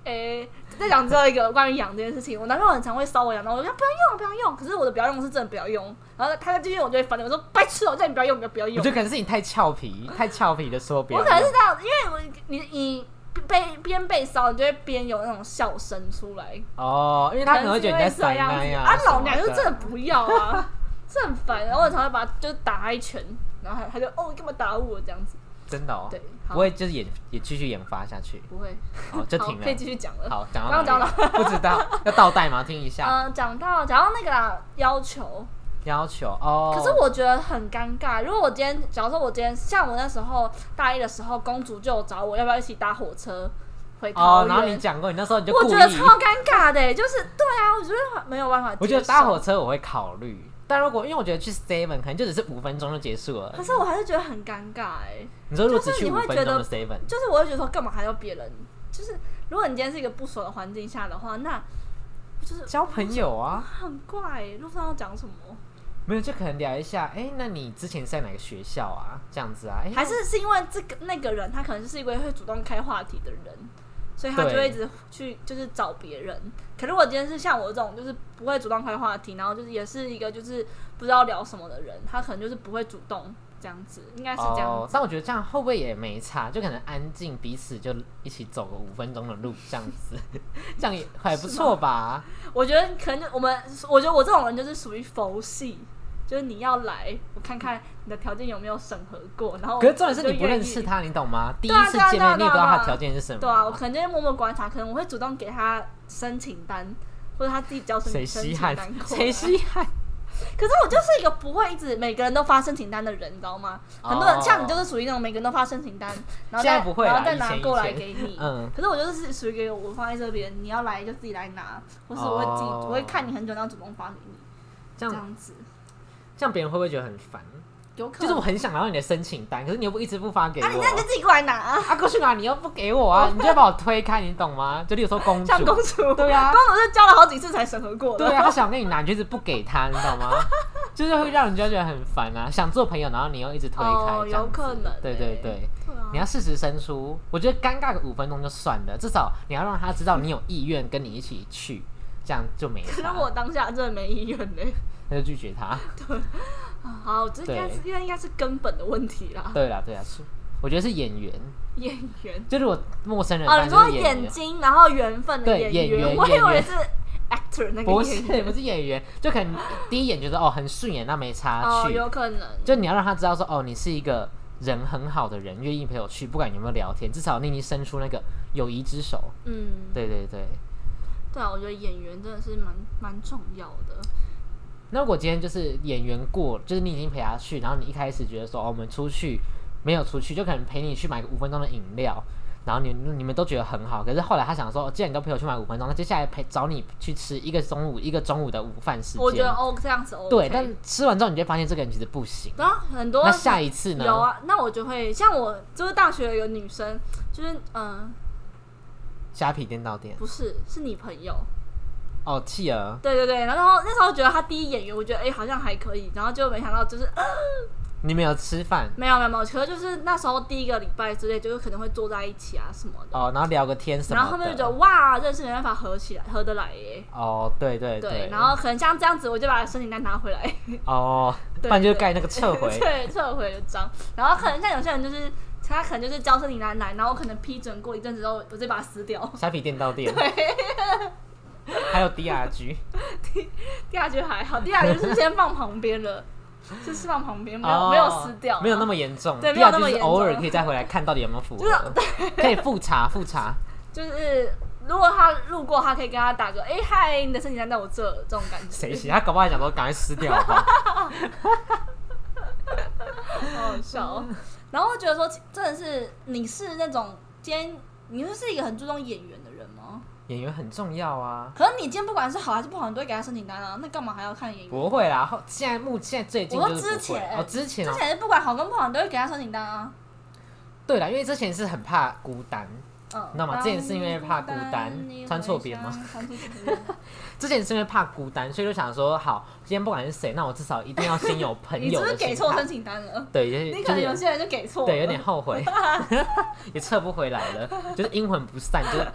Speaker 2: 诶、再讲最后一个关于痒这件事情，我男朋友很常会搔我痒，然后我就说不要用，不要用。可是我的不要用是真的不要用，然后他在继续，我就会烦我说白痴哦、叫你不要用，不要不要
Speaker 1: 我
Speaker 2: 用
Speaker 1: 觉。得可能是你太俏皮，太俏皮的说别
Speaker 2: 我
Speaker 1: 人。
Speaker 2: 可能是这样，因为我你你被边被搔，你就会边有那种笑声出来，
Speaker 1: 哦，因为他可能会觉得你在
Speaker 2: 可能
Speaker 1: 塞
Speaker 2: 是因为
Speaker 1: 奶
Speaker 2: 这
Speaker 1: 呀、
Speaker 2: 样子啊，老娘
Speaker 1: 什
Speaker 2: 就
Speaker 1: 么的
Speaker 2: 真的不要啊，这很烦。然后我常常把他就打他一拳，然后他他就哦你干嘛打我这样子，
Speaker 1: 真的哦，
Speaker 2: 对，好
Speaker 1: 不会就是也也继续研发下去，
Speaker 2: 不会，
Speaker 1: 好哦就
Speaker 2: 好
Speaker 1: 停了
Speaker 2: 可以。继续讲了。
Speaker 1: 好，讲
Speaker 2: 刚刚
Speaker 1: 到哪
Speaker 2: *laughs*
Speaker 1: 里了？不知道，要倒带吗？听一下、
Speaker 2: 嗯，讲到讲到那个啦，要求，
Speaker 1: 要求哦。
Speaker 2: 可是我觉得很尴尬。如果我今天，假如说我今天，像我那时候大一的时候，公主就有找我要不要一起搭火车回
Speaker 1: 哦
Speaker 2: 桃，
Speaker 1: 然后你
Speaker 2: 园，
Speaker 1: 讲过，你那时候你就
Speaker 2: 我
Speaker 1: 故
Speaker 2: 觉得
Speaker 1: 意。
Speaker 2: 超尴尬的、就是对啊，我觉得没有办法。
Speaker 1: 我觉得搭火，车我会考虑，但如果因为我觉得去 Seven 可能就只是五分钟就结束了
Speaker 2: 可。是我还是觉得很尴尬哎、
Speaker 1: 你说如果只
Speaker 2: 就是
Speaker 1: 去
Speaker 2: 你
Speaker 1: 五
Speaker 2: 会
Speaker 1: 分
Speaker 2: 觉
Speaker 1: 钟
Speaker 2: 得
Speaker 1: 的 Seven，
Speaker 2: 就是我会觉得说，干嘛还要别人？就是如果你今天是一个不熟的环境下的话，那就是
Speaker 1: 交朋友啊，
Speaker 2: 很怪、路上要讲什么，
Speaker 1: 没有就可能聊一下，哎、那你之前是在哪个学校啊？这样子啊，哎、
Speaker 2: 还是是因为这个那个人，他可能就是一个会主动开话题的人，所以他就
Speaker 1: 对
Speaker 2: 会一直去就是找别人。可是我今天是像我这种，就是不会主动开话题，然后就是也是一个就是不知道聊什么的人，他可能就是不会主动这样子，应该是这样
Speaker 1: 哦，
Speaker 2: 子。
Speaker 1: 但我觉得这样会不会也没差？就可能安静，彼此就一起走个五分钟的路，这样子， *laughs* 这样也还不错吧？
Speaker 2: 我觉得可能就我们，我觉得我这种人就是属于佛系。就是你要来，我看看你的条件有没有审核过，然后
Speaker 1: 可是重点是
Speaker 2: 哦我就
Speaker 1: 你不认
Speaker 2: 愿意
Speaker 1: 识他，你懂吗？第一
Speaker 2: 对啊
Speaker 1: 次
Speaker 2: 对啊
Speaker 1: 见
Speaker 2: 对啊
Speaker 1: 面，你也
Speaker 2: 对啊
Speaker 1: 不知道他
Speaker 2: 对啊
Speaker 1: 的条件是什么。
Speaker 2: 对啊，我可能就会默默观察，可能我会主动给他申请单，或者他自己交申
Speaker 1: 谁
Speaker 2: 申
Speaker 1: 稀
Speaker 2: 请
Speaker 1: 罕
Speaker 2: 单过？来
Speaker 1: 谁稀罕？
Speaker 2: 可是我就是一个不会一直每个人都发申请单的人，你知道吗？很多人像你就是属于那种每个人都发申请单，然后
Speaker 1: 哦现
Speaker 2: 再
Speaker 1: 在不会啦
Speaker 2: 然后再
Speaker 1: 以前
Speaker 2: 拿过来
Speaker 1: 以前
Speaker 2: 给你。
Speaker 1: 嗯，
Speaker 2: 可是我就是属于给我放在这边，你要来就自己来拿，或是我会自己、
Speaker 1: 哦
Speaker 2: 我会看你很久，然后主动发给你，
Speaker 1: 这
Speaker 2: 这
Speaker 1: 样
Speaker 2: 样子
Speaker 1: 这样别人会不会觉得很烦？
Speaker 2: 有可能。
Speaker 1: 就是我很想拿到你的申请单，可是你又不一直不发给
Speaker 2: 啊，你那你就
Speaker 1: 我。
Speaker 2: 自己过来拿啊，
Speaker 1: 啊，过去拿你又不给我啊，你就要把我推开，你懂吗？就例如说公
Speaker 2: 像
Speaker 1: 主，
Speaker 2: 公主，
Speaker 1: 嗯对啊
Speaker 2: *laughs* 公主就交了好几次才审核过的。
Speaker 1: 对啊，他想跟你拿，你就是不给他，你知道吗？ *laughs* 就是会让人家觉得很烦啊。想做朋友，然后你又一直推开，
Speaker 2: 哦
Speaker 1: 这样
Speaker 2: 有
Speaker 1: 子
Speaker 2: 可能
Speaker 1: 对
Speaker 2: 欸
Speaker 1: 对对，
Speaker 2: *laughs* 对啊 *laughs*
Speaker 1: 你要适时伸出。我觉得尴尬个五分钟就算了，至少你要让他知道你有意愿跟你一起去，这样就没
Speaker 2: 可是
Speaker 1: 差。
Speaker 2: 我当下真的没意愿呢。
Speaker 1: 那就拒绝他。
Speaker 2: 啊好，这应该是应该是根本的问题啦。
Speaker 1: 对啦对啦，是，我觉得是演员。
Speaker 2: *laughs* 演员
Speaker 1: 就如果陌生人，
Speaker 2: 哦，你
Speaker 1: 当
Speaker 2: 说
Speaker 1: 然就是演
Speaker 2: 眼
Speaker 1: 员。
Speaker 2: 睛，然后缘分的
Speaker 1: 对
Speaker 2: 演
Speaker 1: 演
Speaker 2: 员，
Speaker 1: 员
Speaker 2: 我以
Speaker 1: 演
Speaker 2: 为
Speaker 1: 员
Speaker 2: 是 actor *laughs* 那
Speaker 1: 不
Speaker 2: 个
Speaker 1: 是
Speaker 2: 演员。
Speaker 1: *laughs* 不是演员，就可能第一眼觉得哦很顺眼，那没差
Speaker 2: 哦，
Speaker 1: 去。
Speaker 2: 有可能。
Speaker 1: 就你要让他知道说哦你是一个人很好的人愿意陪我去，不管有没有聊天，至少你已经伸出那个友谊之手。
Speaker 2: 嗯，
Speaker 1: 对对对。
Speaker 2: 对啊，我觉得演员真的是蛮蛮重要的。
Speaker 1: 那如果今天就是演员过，就是你已经陪他去，然后你一开始觉得说哦，我们出去没有出去，就可能陪你去买个五分钟的饮料，然后你你们都觉得很好，可是后来他想说，哦既然你都陪我去买五分钟，那接下来陪找你去吃一个中午一个中午的午饭时间，
Speaker 2: 我觉得哦这样子 OK。
Speaker 1: 对，但吃完之后你就会发现这个人其实不行。
Speaker 2: 然后很多
Speaker 1: 那下一次呢？
Speaker 2: 有啊，那我就会像我就是大学有个女生，就是嗯、呃
Speaker 1: 虾皮电到店
Speaker 2: 不是是你朋友，
Speaker 1: 哦，企鹅，
Speaker 2: 对对对。然后那时候觉得她第一演员，我觉得哎、好像还可以，然后就没想到就是、呃
Speaker 1: 你们有吃饭
Speaker 2: 没有没有没有，可是就是那时候第一个礼拜之类，就是可能会坐在一起啊什么的。
Speaker 1: 哦，然后聊个天什么的，
Speaker 2: 然后后面就觉得哇，认识没办法合起来，合得来耶。
Speaker 1: 哦，对对
Speaker 2: 对，然后可能像这样子，我就把申请单拿
Speaker 1: *laughs*
Speaker 2: 回来，
Speaker 1: 哦，不然就盖那个撤回，
Speaker 2: 对，撤回了章。然后可能像有些人就是，他可能就是交申请单来，然后我可能批准过一阵子之后，我再把它撕掉。 *laughs*
Speaker 1: 虾皮电到店，还有 DRG，
Speaker 2: 第二局还好，第二局是先放旁边
Speaker 1: *laughs*
Speaker 2: 了，就是放旁边，没有、
Speaker 1: 哦
Speaker 2: 没有撕掉，啊
Speaker 1: 没有那。么严重，
Speaker 2: 对
Speaker 1: DRG
Speaker 2: 没有那么严
Speaker 1: 是
Speaker 2: 重
Speaker 1: 偶尔可以再回来看到底有没有符合，可以复查复查，
Speaker 2: 就是如果他路过，他可以跟他打个哎、嗨，你的申请单在我这，这种感觉。
Speaker 1: 谁写？他搞不好还想说赶快撕掉好不 *laughs* 好
Speaker 2: 好好笑、
Speaker 1: 嗯
Speaker 2: 哦。然后我觉得说，真的是你是那种今天你就是一个很注重演员的人吗？
Speaker 1: 演员很重要啊。
Speaker 2: 可是你今天不管是好还是不好，你都会给他申请单啊，那干嘛还要看演员？
Speaker 1: 不会啦，后现在目现在最近
Speaker 2: 我
Speaker 1: 就
Speaker 2: 说之
Speaker 1: 是不会
Speaker 2: 前
Speaker 1: 哦，之前
Speaker 2: 之
Speaker 1: 哦，
Speaker 2: 前是不管好跟不好，你都会给他申请单啊。
Speaker 1: 对啦，因为之前是很怕孤单，
Speaker 2: 嗯，
Speaker 1: 那嘛之前是因为怕孤单穿错别 *laughs* 吗？
Speaker 2: 穿错别吗？
Speaker 1: 之前是因为怕孤单，所以就想说，好，今天不管是谁，那我至少一定要先有
Speaker 2: *laughs*
Speaker 1: 朋
Speaker 2: 你
Speaker 1: 友
Speaker 2: 是不是
Speaker 1: 的
Speaker 2: 给
Speaker 1: 心
Speaker 2: 错
Speaker 1: 态
Speaker 2: 申。请单了？
Speaker 1: *laughs* 对，就是
Speaker 2: 你
Speaker 1: 就
Speaker 2: 可能
Speaker 1: 是
Speaker 2: 有些人就给错了，
Speaker 1: 对，有点
Speaker 2: *laughs*
Speaker 1: 后悔， *laughs* 也撤不回来了，就是阴魂不散，
Speaker 2: *laughs*
Speaker 1: 就是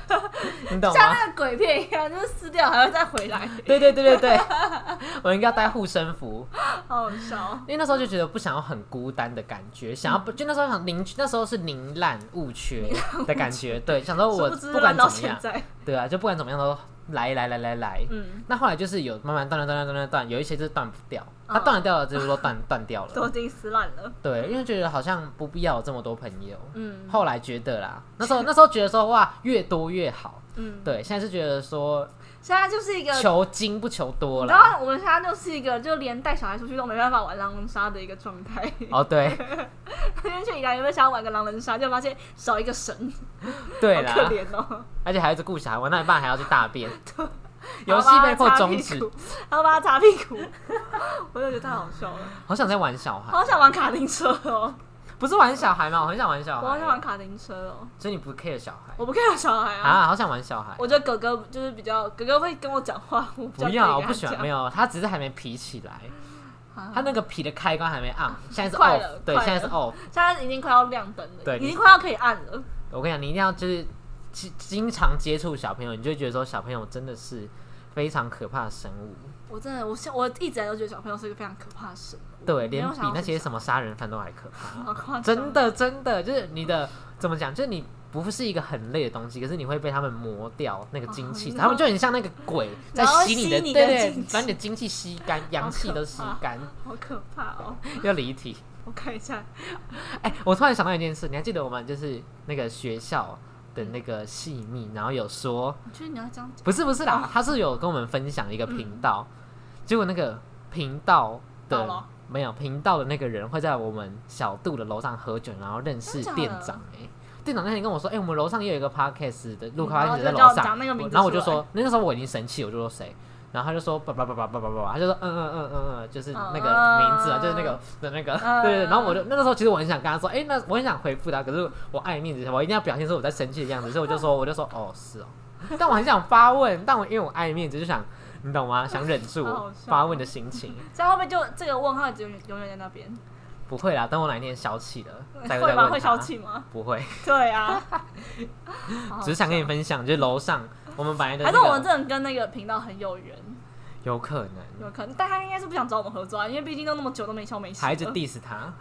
Speaker 1: 你懂
Speaker 2: 像
Speaker 1: 吗？
Speaker 2: 那个鬼片一样，就是撕掉还会再回来，
Speaker 1: 对对对对对， *laughs* 我应该要带护身符，
Speaker 2: 好好笑哦。
Speaker 1: 因为那时候就觉得不想要很孤单的感觉，想要
Speaker 2: 嗯
Speaker 1: 不就那时候想宁，那时候是宁滥勿缺的感觉，对，想说我
Speaker 2: 殊知
Speaker 1: 不
Speaker 2: 烂
Speaker 1: 管
Speaker 2: 到
Speaker 1: 怎么
Speaker 2: 现
Speaker 1: 样，
Speaker 2: 在，
Speaker 1: 对啊，就不管怎么样都来来来来来，
Speaker 2: 嗯，
Speaker 1: 那后来就是有慢慢断断断断断断断，有一些就是断不掉，
Speaker 2: 嗯
Speaker 1: 它断得掉了，就是说断断掉
Speaker 2: *laughs* 都
Speaker 1: 了
Speaker 2: 已，经撕烂了，
Speaker 1: 对，因为觉得好像不必要有这么多朋友，
Speaker 2: 嗯
Speaker 1: 后来觉得啦，那时候那时候觉得说哇，越多越好。
Speaker 2: 嗯，
Speaker 1: 对，现在是觉得说
Speaker 2: 现在就是一个
Speaker 1: 求精不求多
Speaker 2: 然 *laughs*
Speaker 1: 了。
Speaker 2: 后我们现在就是一个，就连带小孩出去都没办法玩狼人杀的一个状态。 *laughs*
Speaker 1: 哦，对
Speaker 2: 今天去宜兰有没有想要玩个狼人杀，就发现少一个神，
Speaker 1: 对
Speaker 2: 好可
Speaker 1: 啦，
Speaker 2: 怜哦。
Speaker 1: 而且还要一直顾小孩，玩到一半还要去大
Speaker 2: *laughs*
Speaker 1: 便， *laughs*
Speaker 2: 然
Speaker 1: 游戏
Speaker 2: 后帮
Speaker 1: 被
Speaker 2: 他
Speaker 1: 迫
Speaker 2: 擦
Speaker 1: 终
Speaker 2: 屁
Speaker 1: 止，
Speaker 2: 股，然后帮他擦屁股， *laughs* 我就觉得太好笑了。
Speaker 1: *laughs* 好想再玩小孩，
Speaker 2: 好想玩卡丁车哦，
Speaker 1: 不是玩小孩吗？我很想玩小
Speaker 2: 我好想玩
Speaker 1: 孩，
Speaker 2: 卡丁车哦，
Speaker 1: 所以你不 care 小孩
Speaker 2: 我不看到小孩啊。
Speaker 1: 啊？好想玩小孩，
Speaker 2: 我觉得哥哥就是比较，哥哥会跟我讲话，我比较
Speaker 1: 不要，
Speaker 2: 可以
Speaker 1: 我
Speaker 2: 跟
Speaker 1: 不
Speaker 2: 他
Speaker 1: 喜欢，
Speaker 2: 讲
Speaker 1: 没有，他只是还没皮起来，
Speaker 2: 啊
Speaker 1: 他那个皮的开关还没 on，现在是
Speaker 2: 快了
Speaker 1: off，对，
Speaker 2: 快
Speaker 1: 现在是
Speaker 2: 了
Speaker 1: off。
Speaker 2: 现在已经快要亮灯了，
Speaker 1: 对
Speaker 2: 已经快要可以按了。
Speaker 1: 我跟你讲，你一定要就是经经常接触小朋友，你就会觉得说小朋友真的是非常可怕的生物。
Speaker 2: 我真的，我现我一直以来都觉得小朋友是一个非常可怕的生物，
Speaker 1: *laughs* 对，连
Speaker 2: 没有
Speaker 1: 比
Speaker 2: 想要
Speaker 1: 那
Speaker 2: 去
Speaker 1: 些
Speaker 2: 想
Speaker 1: 什么杀人犯都还
Speaker 2: *laughs*
Speaker 1: 可怕。
Speaker 2: 好夸张。
Speaker 1: 真的，真的，就是你的怎么讲，就是你不是一个很累的东西，可是你会被他们磨掉那个精气，
Speaker 2: 哦
Speaker 1: 他们就很像那个鬼在
Speaker 2: 然后
Speaker 1: 吸你
Speaker 2: 吸
Speaker 1: 的，
Speaker 2: 你的
Speaker 1: 对对
Speaker 2: 精，气
Speaker 1: 把你的精气吸干，阳气都吸干，
Speaker 2: 好可怕哦！
Speaker 1: 要离体。
Speaker 2: 我看一下，
Speaker 1: 哎、我突然想到一件事，你还记得我们就是那个学校的那个戏密，然后有说，
Speaker 2: 我觉得你要这样讲，
Speaker 1: 不是不是
Speaker 2: 啊
Speaker 1: 啦，他是有跟我们分享
Speaker 2: 嗯
Speaker 1: 一个频道，结果那个频道
Speaker 2: 到
Speaker 1: 的
Speaker 2: 了
Speaker 1: 没有频道的那个人会在我们小杜的楼上喝酒，然后认识
Speaker 2: 真的假的
Speaker 1: 店长哎、店长那天跟我说，哎、我们楼上也有一个 podcast 的录
Speaker 2: 嗯然后
Speaker 1: podcast 在
Speaker 2: 就
Speaker 1: 楼
Speaker 2: 叫
Speaker 1: 上
Speaker 2: 讲那个名，字
Speaker 1: 然后我
Speaker 2: 出
Speaker 1: 就
Speaker 2: 来
Speaker 1: 说，那个时候我已经生气，我就说谁，然后他就说叭叭叭叭叭叭叭，他就说嗯嗯嗯嗯嗯，就是那个名字啊，
Speaker 2: 嗯
Speaker 1: 就是那个的那个，
Speaker 2: 嗯
Speaker 1: 对 *laughs* 对对。然后我就那个时候其实我很想跟他说，哎、那我很想回复他，可是我爱面子，我一定要表现出我在生气的样子，所以我就说我就说哦是哦，但我很想发问，但我因为我爱面子就想。你懂吗？想忍住
Speaker 2: 好好笑
Speaker 1: 发问的心情，
Speaker 2: 这样会不会就这个问号就永远永远在那边？
Speaker 1: 不会啦。等我哪一天消气了，再
Speaker 2: 会
Speaker 1: 再
Speaker 2: 吗？
Speaker 1: 问啊
Speaker 2: 会
Speaker 1: 他
Speaker 2: 消？气吗？ *laughs*
Speaker 1: 不会，
Speaker 2: 对
Speaker 1: *laughs*
Speaker 2: 啊，
Speaker 1: 只是想跟你分享，就是楼上我们本来的、那
Speaker 2: 还是
Speaker 1: 个
Speaker 2: 我们真的跟那个频道很有缘，
Speaker 1: 有可能
Speaker 2: 有可能，但他应该是不想找我们合作啊，因为毕竟都那么久都没消没息了。
Speaker 1: 还一直 diss
Speaker 2: *laughs*
Speaker 1: 他，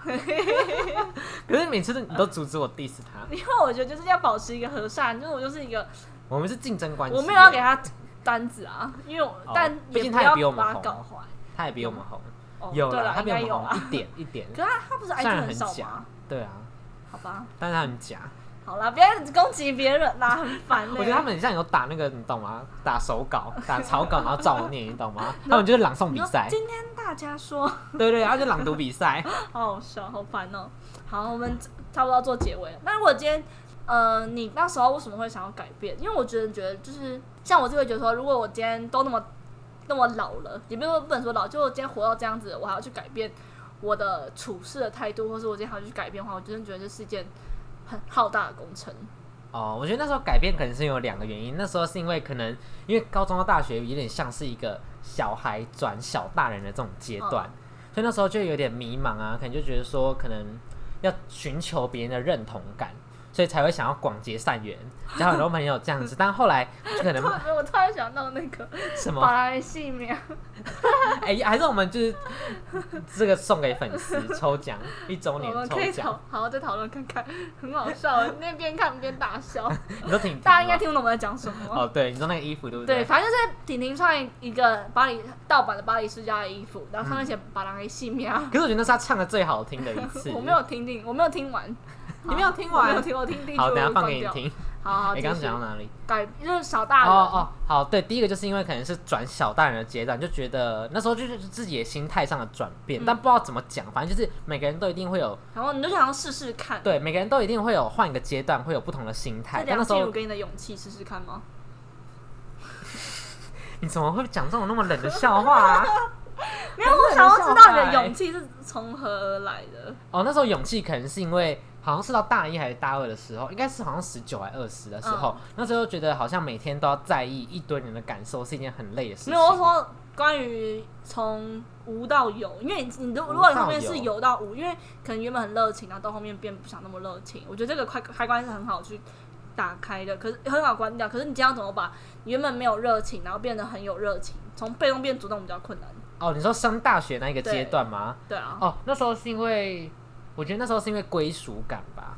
Speaker 1: 可是每次都你都阻止我 diss 他，
Speaker 2: 因为我觉得就是要保持一个和善，就是我就是一个，
Speaker 1: 我们是竞争关系，
Speaker 2: 我没有要给，他单子啊，因为我、
Speaker 1: 哦
Speaker 2: 但
Speaker 1: 毕
Speaker 2: 也
Speaker 1: 竟
Speaker 2: 不
Speaker 1: 他也
Speaker 2: 要
Speaker 1: 比我们
Speaker 2: 把他
Speaker 1: 红
Speaker 2: 搞坏。
Speaker 1: 他也比我们红，
Speaker 2: 哦
Speaker 1: 有
Speaker 2: 对
Speaker 1: 啦，
Speaker 2: 啦，
Speaker 1: 他
Speaker 2: 应
Speaker 1: 比
Speaker 2: 该
Speaker 1: 我们
Speaker 2: 有啊啦。
Speaker 1: 红一点一点， *laughs*
Speaker 2: 可是他他不是
Speaker 1: 虽
Speaker 2: IG
Speaker 1: 然
Speaker 2: 很少
Speaker 1: 假
Speaker 2: 吗？，
Speaker 1: 对啊，
Speaker 2: 好吧，
Speaker 1: 但是他很假，
Speaker 2: 好啦，不要攻击别人啦，很烦的、
Speaker 1: 我觉得他们很像有打那个，你懂吗？打手稿、打草稿，然后照念，你
Speaker 2: *laughs*
Speaker 1: 懂吗？他们就是朗诵
Speaker 2: 你
Speaker 1: 比
Speaker 2: 说
Speaker 1: 赛，
Speaker 2: 今天大家说，
Speaker 1: 对对，他就朗读比赛。
Speaker 2: 好好笑，好烦哦、好，我们差不多要做结尾了。那如果今天，呃，你那时候为什么会想要改变？因为我觉得，觉得就是像我就会觉得说，如果我今天都那么那么老了，也不是说不能说老，就我今天活到这样子，我还要去改变我的处事的态度，或是我今天还要去改变的话，我真的觉得这是一件很浩大的工程。 *laughs*
Speaker 1: 哦，我觉得那时候改变可能是有两个原因，那时候是因为可能因为高中到大学有点像是一个小孩转小大人的这种阶
Speaker 2: 嗯
Speaker 1: 段，所以那时候就有点迷茫啊，可能就觉得说可能要寻求别人的认同感，所以才会想要广结善缘，交很多朋友这样
Speaker 2: *laughs*
Speaker 1: 子。但后来就可能
Speaker 2: 突然，我突然想到那个
Speaker 1: 什么
Speaker 2: 巴拉西面，
Speaker 1: 哎、还是我们就是 *laughs* 这个送给粉丝抽奖一周
Speaker 2: 我
Speaker 1: 年
Speaker 2: 们
Speaker 1: 抽
Speaker 2: 可以讨
Speaker 1: 奖，
Speaker 2: 好好再讨论看看，很好
Speaker 1: *laughs*
Speaker 2: 笑，那边看边大笑，
Speaker 1: 你都挺
Speaker 2: 大家应该听不懂我们在讲什么。
Speaker 1: 哦，对，你说那个衣服对不
Speaker 2: 对，
Speaker 1: 对？
Speaker 2: 反正就是婷婷穿一个巴黎盗版的巴黎世家的衣服，然后上面写“巴拉黑细面啊
Speaker 1: 可是我觉得那是他唱的最好听的一
Speaker 2: *laughs* 。
Speaker 1: 次
Speaker 2: 我没有听进，我没有听完，
Speaker 1: 你没有听
Speaker 2: *laughs* 我没
Speaker 1: 完
Speaker 2: 有听，我听第一句
Speaker 1: 好，
Speaker 2: 我
Speaker 1: 等一下
Speaker 2: 就
Speaker 1: 放给你
Speaker 2: 关掉。
Speaker 1: 听。
Speaker 2: 好好，
Speaker 1: 你刚
Speaker 2: 继
Speaker 1: 刚
Speaker 2: 续
Speaker 1: 讲到哪里？
Speaker 2: 改就是小大
Speaker 1: 哦
Speaker 2: 人
Speaker 1: 哦，好，对，第一个就是因为可能是转小大人的阶段，就觉得那时候就是自己的心态上的转变，
Speaker 2: 嗯
Speaker 1: 但不知道怎么讲，反正就是每个人都一定会有，
Speaker 2: 然后你就想要试试看。，
Speaker 1: 对，每个人都一定会有换一个阶段会有不同的心
Speaker 2: 这
Speaker 1: 态。但
Speaker 2: 梁
Speaker 1: 那时
Speaker 2: 静茹
Speaker 1: 候
Speaker 2: 给你的勇气试试看吗？
Speaker 1: 你怎么会讲这种那么冷的笑话啊？
Speaker 2: *laughs* 没有，我想要知道你
Speaker 1: 哎
Speaker 2: 的勇气是从何而来的。
Speaker 1: 欸哦，那时候勇气可能是因为好像是到大一还是大二的时候，应该是好像十九还二十的时候，
Speaker 2: 嗯
Speaker 1: 那时候觉得好像每天都要在意一堆人的感受是一件很累的事情。
Speaker 2: 没有，我说关于从无到有，因为你你如如果你后面是有到无，因为可能原本很热情，然后到后面变不想那么热情，我觉得这个开开关是很好去打开的，可是很好关掉。可是你今天要怎么把原本没有热情，然后变得很有热情，从被动变主动比较困难。
Speaker 1: 哦，你说升大学那一个阶段吗？
Speaker 2: 对啊，
Speaker 1: 哦，那时候是因为我觉得那时候是因为归属感吧，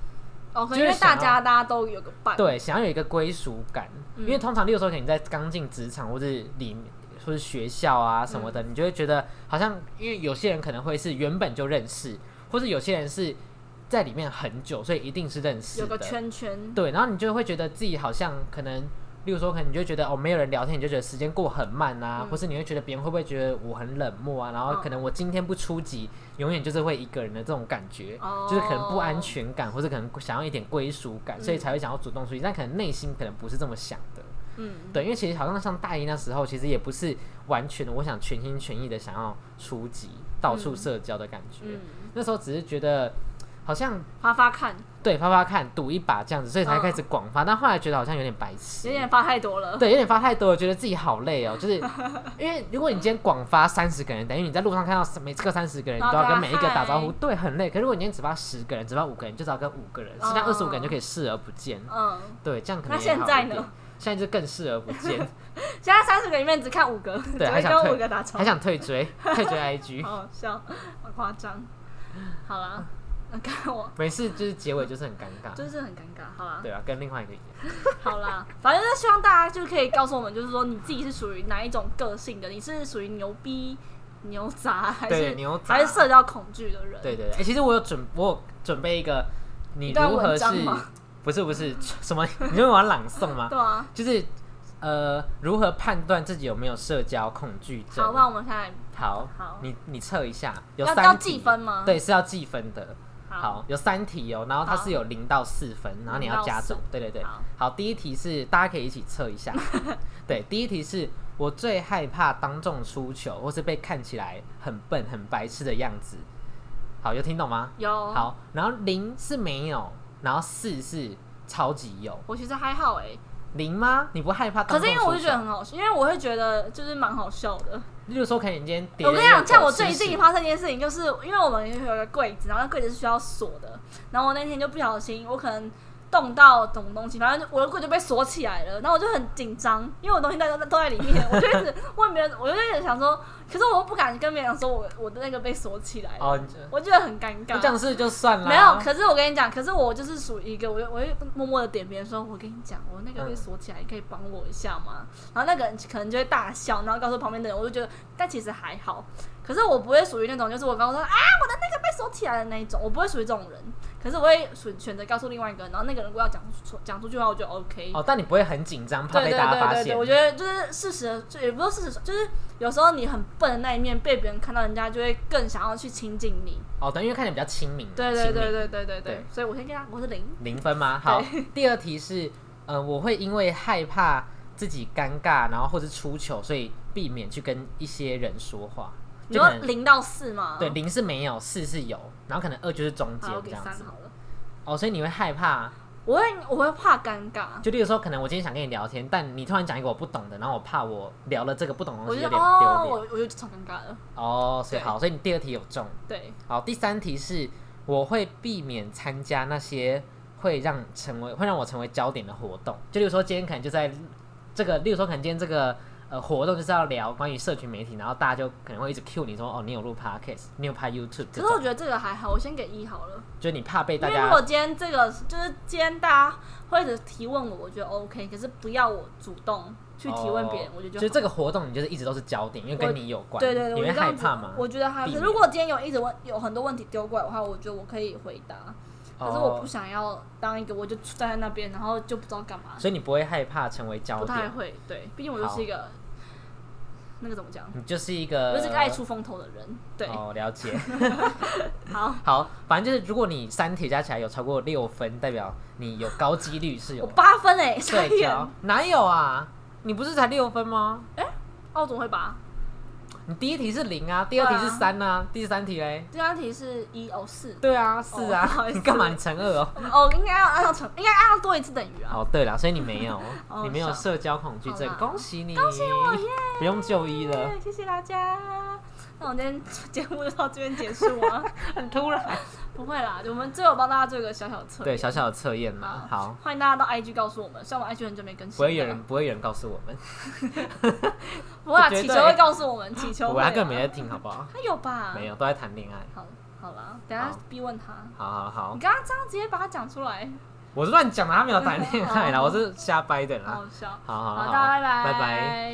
Speaker 2: 哦，可能
Speaker 1: 就是
Speaker 2: 因为大
Speaker 1: 想
Speaker 2: 家
Speaker 1: 要
Speaker 2: 大家都有个伴，
Speaker 1: 对，想要有一个归属感，
Speaker 2: 啊嗯
Speaker 1: 因为通常例如说可能你在刚进职场或是里或是学校啊什么
Speaker 2: 嗯
Speaker 1: 的，你就会觉得好像因为有些人可能会是原本就认识，或是有些人是。在里面很久，所以一定是认识
Speaker 2: 有
Speaker 1: 的。
Speaker 2: 个圈圈，
Speaker 1: 对，然后你就会觉得自己好像可能，例如说，可能你就会觉得哦，没有人聊天，你就觉得时间过很慢啊，
Speaker 2: 嗯哦
Speaker 1: 或是你会觉得别人会不会觉得我很冷漠啊？然后可能我今天不出击，永远就是会一个人的这种感觉，
Speaker 2: 哦
Speaker 1: 就是可能不安全感，或者可能想要一点归属感，所以
Speaker 2: 嗯
Speaker 1: 才会想要主动出击，但可能内心可能不是这么想的。
Speaker 2: 嗯，
Speaker 1: 对，因为其实好像上大一那时候，其实也不是完全的，我想全心全意的想要出击，到处
Speaker 2: 嗯
Speaker 1: 社交的感觉。
Speaker 2: 嗯，
Speaker 1: 那时候只是觉得好像
Speaker 2: 发发看，
Speaker 1: 对，发发看，赌一把这样子，所以才
Speaker 2: 嗯
Speaker 1: 开始广发。但后来觉得好像有点白痴，
Speaker 2: 有点发太多了，
Speaker 1: 对，有点发太多了，觉得自己好累哦。就是
Speaker 2: *laughs*
Speaker 1: 因为如果你今天广发三十个人，等于你在路上看到每这个三十个人，你
Speaker 2: 然后
Speaker 1: 都要
Speaker 2: 跟
Speaker 1: 跟
Speaker 2: 他
Speaker 1: 每一个打招呼，
Speaker 2: 嗨
Speaker 1: 对，很累。可是如果你今天只发十个人，只发五个人，就只要跟五个人，剩下
Speaker 2: 嗯
Speaker 1: 二十五个人就可以视而不见。
Speaker 2: 嗯，
Speaker 1: 对，这样可
Speaker 2: 那
Speaker 1: 能也
Speaker 2: 现
Speaker 1: 好
Speaker 2: 在
Speaker 1: 一点
Speaker 2: 呢？
Speaker 1: 现在就更视而不
Speaker 2: *laughs*
Speaker 1: 见，
Speaker 2: 现在三十个里面只看五个，只
Speaker 1: 对，还
Speaker 2: 会
Speaker 1: 想
Speaker 2: 跟五
Speaker 1: 退
Speaker 2: 个打招呼
Speaker 1: 还。想退追，退追
Speaker 2: *laughs*
Speaker 1: IG。
Speaker 2: 好好笑，好夸张。好啦，那看我
Speaker 1: 每次就是结尾就是很尴尬，
Speaker 2: 就是很尴尬。好啦，
Speaker 1: 对啊，跟另外一个一样。
Speaker 2: 好啦，反正就是希望大家就可以告诉我们，就是说你自己是属于哪一种个性的，你是属于牛逼、牛杂，还
Speaker 1: 对，
Speaker 2: 是
Speaker 1: 牛杂
Speaker 2: 还是社交恐惧的人？
Speaker 1: 对对对，哎、其实我有准，我有准备一个，你
Speaker 2: 一
Speaker 1: 如
Speaker 2: 段
Speaker 1: 何
Speaker 2: 文
Speaker 1: 是
Speaker 2: 章吗？
Speaker 1: *laughs* 不是不是什么？你认为我要朗
Speaker 2: *laughs*
Speaker 1: 诵吗？
Speaker 2: 对啊。
Speaker 1: 就是呃，如何判断自己有没有社交恐惧症？
Speaker 2: 好，那我们现在
Speaker 1: 好
Speaker 2: 好
Speaker 1: 你你测一下，有
Speaker 2: 要
Speaker 1: 三
Speaker 2: 要
Speaker 1: 题
Speaker 2: 计分吗？
Speaker 1: 对，是要计分的。
Speaker 2: 好，
Speaker 1: 有三题哦，然后它
Speaker 2: 好
Speaker 1: 是有零到四分，然后你要加总
Speaker 2: 0到。
Speaker 1: 对对对，
Speaker 2: 好
Speaker 1: 好，第一题是大家可以一起测
Speaker 2: *laughs*
Speaker 1: 一下。对，第一题是我最害怕当众出糗，或是被看起来很笨、很白痴的样子。好，有听懂吗？
Speaker 2: 有。，
Speaker 1: 好，然后零是没有，然后四是超级有。
Speaker 2: 我其实还好哎，
Speaker 1: 零吗？你不害怕当
Speaker 2: 可
Speaker 1: 众
Speaker 2: 是因为我
Speaker 1: 出糗？
Speaker 2: 就觉得很好笑，因为我会觉得就是蛮好笑的。
Speaker 1: 例如说，可能你今天叠
Speaker 2: 我
Speaker 1: 了
Speaker 2: 跟
Speaker 1: 一
Speaker 2: 你
Speaker 1: 个
Speaker 2: 讲，像
Speaker 1: 狗
Speaker 2: 我
Speaker 1: 吃
Speaker 2: 最
Speaker 1: 屎
Speaker 2: 近发生一件事情，就是因为我们有一个柜子，然后那柜子是需要锁的，然后我那天就不小心，我可能动到什么东西，反正我的柜子就被锁起来了，然后我就很紧张，因为我东西在都都在里面，我就一
Speaker 1: *laughs*
Speaker 2: 直问别人，我就一直想说，可是我又不敢跟别人说我我的那个被锁起来了，
Speaker 1: 哦，你这
Speaker 2: 我觉得很尴
Speaker 1: 那这样
Speaker 2: 尬。
Speaker 1: 是就算了，
Speaker 2: 啊没有，可是我跟你讲，可是我就是属于一个，我就我就默默的点别人说，我跟你讲，我那个被
Speaker 1: 嗯
Speaker 2: 锁起来，你可以帮我一下吗？然后那个人可能就会大笑，然后告诉旁边的人，我就觉得，但其实还好。可是我不会属于那种，就是我刚刚说啊，我的那个被锁起来的那一种，我不会属于这种人。可是我会选选择告诉另外一个人，然后那个人如果要讲出讲出去的话，我就 OK。
Speaker 1: 哦，但你不会很紧张，怕
Speaker 2: 对
Speaker 1: 被
Speaker 2: 对
Speaker 1: 大家
Speaker 2: 对
Speaker 1: 发
Speaker 2: 对对，
Speaker 1: 现。
Speaker 2: 我觉得就是事实，就也不是事实，就是有时候你很笨的那一面被别人看到，人家就会更想要去亲近你。
Speaker 1: 哦，但因为看起来比较亲民。
Speaker 2: 对对
Speaker 1: 亲民
Speaker 2: 对对对对
Speaker 1: 对
Speaker 2: 对，所以我先跟他，我是零。
Speaker 1: 零分吗？好，第二题是，呃，我会因为害怕自己尴尬，然后或是出糗，所以避免去跟一些人说话。
Speaker 2: 你
Speaker 1: 就
Speaker 2: 说
Speaker 1: 可能
Speaker 2: 零到四嘛？
Speaker 1: 对，零是没有，四是有，然后可能二就是中间
Speaker 2: 好，我给
Speaker 1: 这样
Speaker 2: 三
Speaker 1: 子。
Speaker 2: 好了。
Speaker 1: 哦，所以你会害怕，
Speaker 2: 我会我会怕尴尬，
Speaker 1: 就例如说，可能我今天想跟你聊天，但你突然讲一个我不懂的，然后我怕我聊了这个不懂的
Speaker 2: 我
Speaker 1: 东西
Speaker 2: 就
Speaker 1: 有
Speaker 2: 觉
Speaker 1: 点
Speaker 2: 得
Speaker 1: 丢
Speaker 2: 哦，我
Speaker 1: 脸。
Speaker 2: 我就超尴尬了。
Speaker 1: 哦，所以
Speaker 2: 对
Speaker 1: 好，所以你第二题有中。
Speaker 2: 对，
Speaker 1: 好，第三题是我会避免参加那些会让成为会让我成为焦点的活动，就例如说今天可能就在这个，例如说可能今天这个呃活动就是要聊关于社群媒体，然后大家就可能会一直 cue 你说哦，你有录 podcast，你有拍 YouTube
Speaker 2: 可
Speaker 1: 这
Speaker 2: 是我
Speaker 1: 种，
Speaker 2: 觉得这个还好，我先给一好了。
Speaker 1: 就是你怕被
Speaker 2: 因
Speaker 1: 大
Speaker 2: 为如果
Speaker 1: 家
Speaker 2: 今天这个就是今天大家会一直提问我，我觉得 OK，可是不要我主动去提问别人，
Speaker 1: 哦
Speaker 2: 我觉得
Speaker 1: 就是
Speaker 2: 就
Speaker 1: 这个活动你就是一直都是焦点，因为跟你有关，
Speaker 2: 对对对，
Speaker 1: 你
Speaker 2: 我
Speaker 1: 会
Speaker 2: 就这
Speaker 1: 害
Speaker 2: 样子
Speaker 1: 怕吗？
Speaker 2: 我觉得害
Speaker 1: 避
Speaker 2: 怕。
Speaker 1: 免
Speaker 2: 如果今天有一直问有很多问题丢过来的话，我觉得我可以回答。可是我不
Speaker 1: 哦，
Speaker 2: 想要当一个，我就站在那边，然后就不知道干嘛，
Speaker 1: 所以你不会害怕成为焦
Speaker 2: 不太
Speaker 1: 点，
Speaker 2: 会。对，毕竟我就是一个那个怎么讲，
Speaker 1: 你就是一
Speaker 2: 我
Speaker 1: 个
Speaker 2: 就是一个爱出风头的人。对，
Speaker 1: 呃哦，了解。
Speaker 2: 好，
Speaker 1: 好，反正就是如果你三题加起来有超过六分，代表你有高几率是
Speaker 2: 我
Speaker 1: 有
Speaker 2: 八分哎，傻
Speaker 1: 对焦
Speaker 2: 眼，。
Speaker 1: 哪有啊？你不是才六分吗？
Speaker 2: *laughs* 哦，怎么会八？
Speaker 1: 你第一题是零啊，第二题是
Speaker 2: 对啊
Speaker 1: 三啊，第三题嘞？
Speaker 2: 第三题是一哦四，
Speaker 1: 对啊，是啊，
Speaker 2: 哦不好意思
Speaker 1: 你干嘛？你乘二哦。
Speaker 2: 哦，应该要按照乘，应该按照多一次等于啊。
Speaker 1: 哦，对了，所以你没有，
Speaker 2: 哦
Speaker 1: 你没有
Speaker 2: 是啊
Speaker 1: 社交恐惧症，
Speaker 2: 好啦
Speaker 1: 恭喜你，恭喜我耶！不用就医了，
Speaker 2: 对，谢谢大家。那我们今天 *laughs* 节目就到这边结束啊？
Speaker 1: 很突然。
Speaker 2: *laughs* 不会啦，我们最后帮大家做一个小小测。
Speaker 1: 对，小小的测验嘛，好，，
Speaker 2: 欢迎大家到 IG 告诉我们，虽然我们 IG 很久没更新了，
Speaker 1: 不会有人，不会有人告诉我们，
Speaker 2: 不会啦，啊
Speaker 1: 绝对
Speaker 2: 祈求会告诉我们，祈求
Speaker 1: 我
Speaker 2: 会啊
Speaker 1: 压
Speaker 2: 啦。
Speaker 1: 根本没在听，好不好？
Speaker 2: 他有吧？
Speaker 1: 没。有，都在谈恋爱。
Speaker 2: 好，好啦，等一下
Speaker 1: 好
Speaker 2: 逼问他。
Speaker 1: 好好好
Speaker 2: 你，刚刚这样直接把它讲出来，
Speaker 1: 我是乱讲的，他没有谈恋爱啦，
Speaker 2: 哦 *laughs*
Speaker 1: 我是瞎掰的啦
Speaker 2: 好。好笑。
Speaker 1: 好好
Speaker 2: 好，大
Speaker 1: 好，
Speaker 2: 家拜拜，
Speaker 1: 拜拜。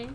Speaker 2: 拜。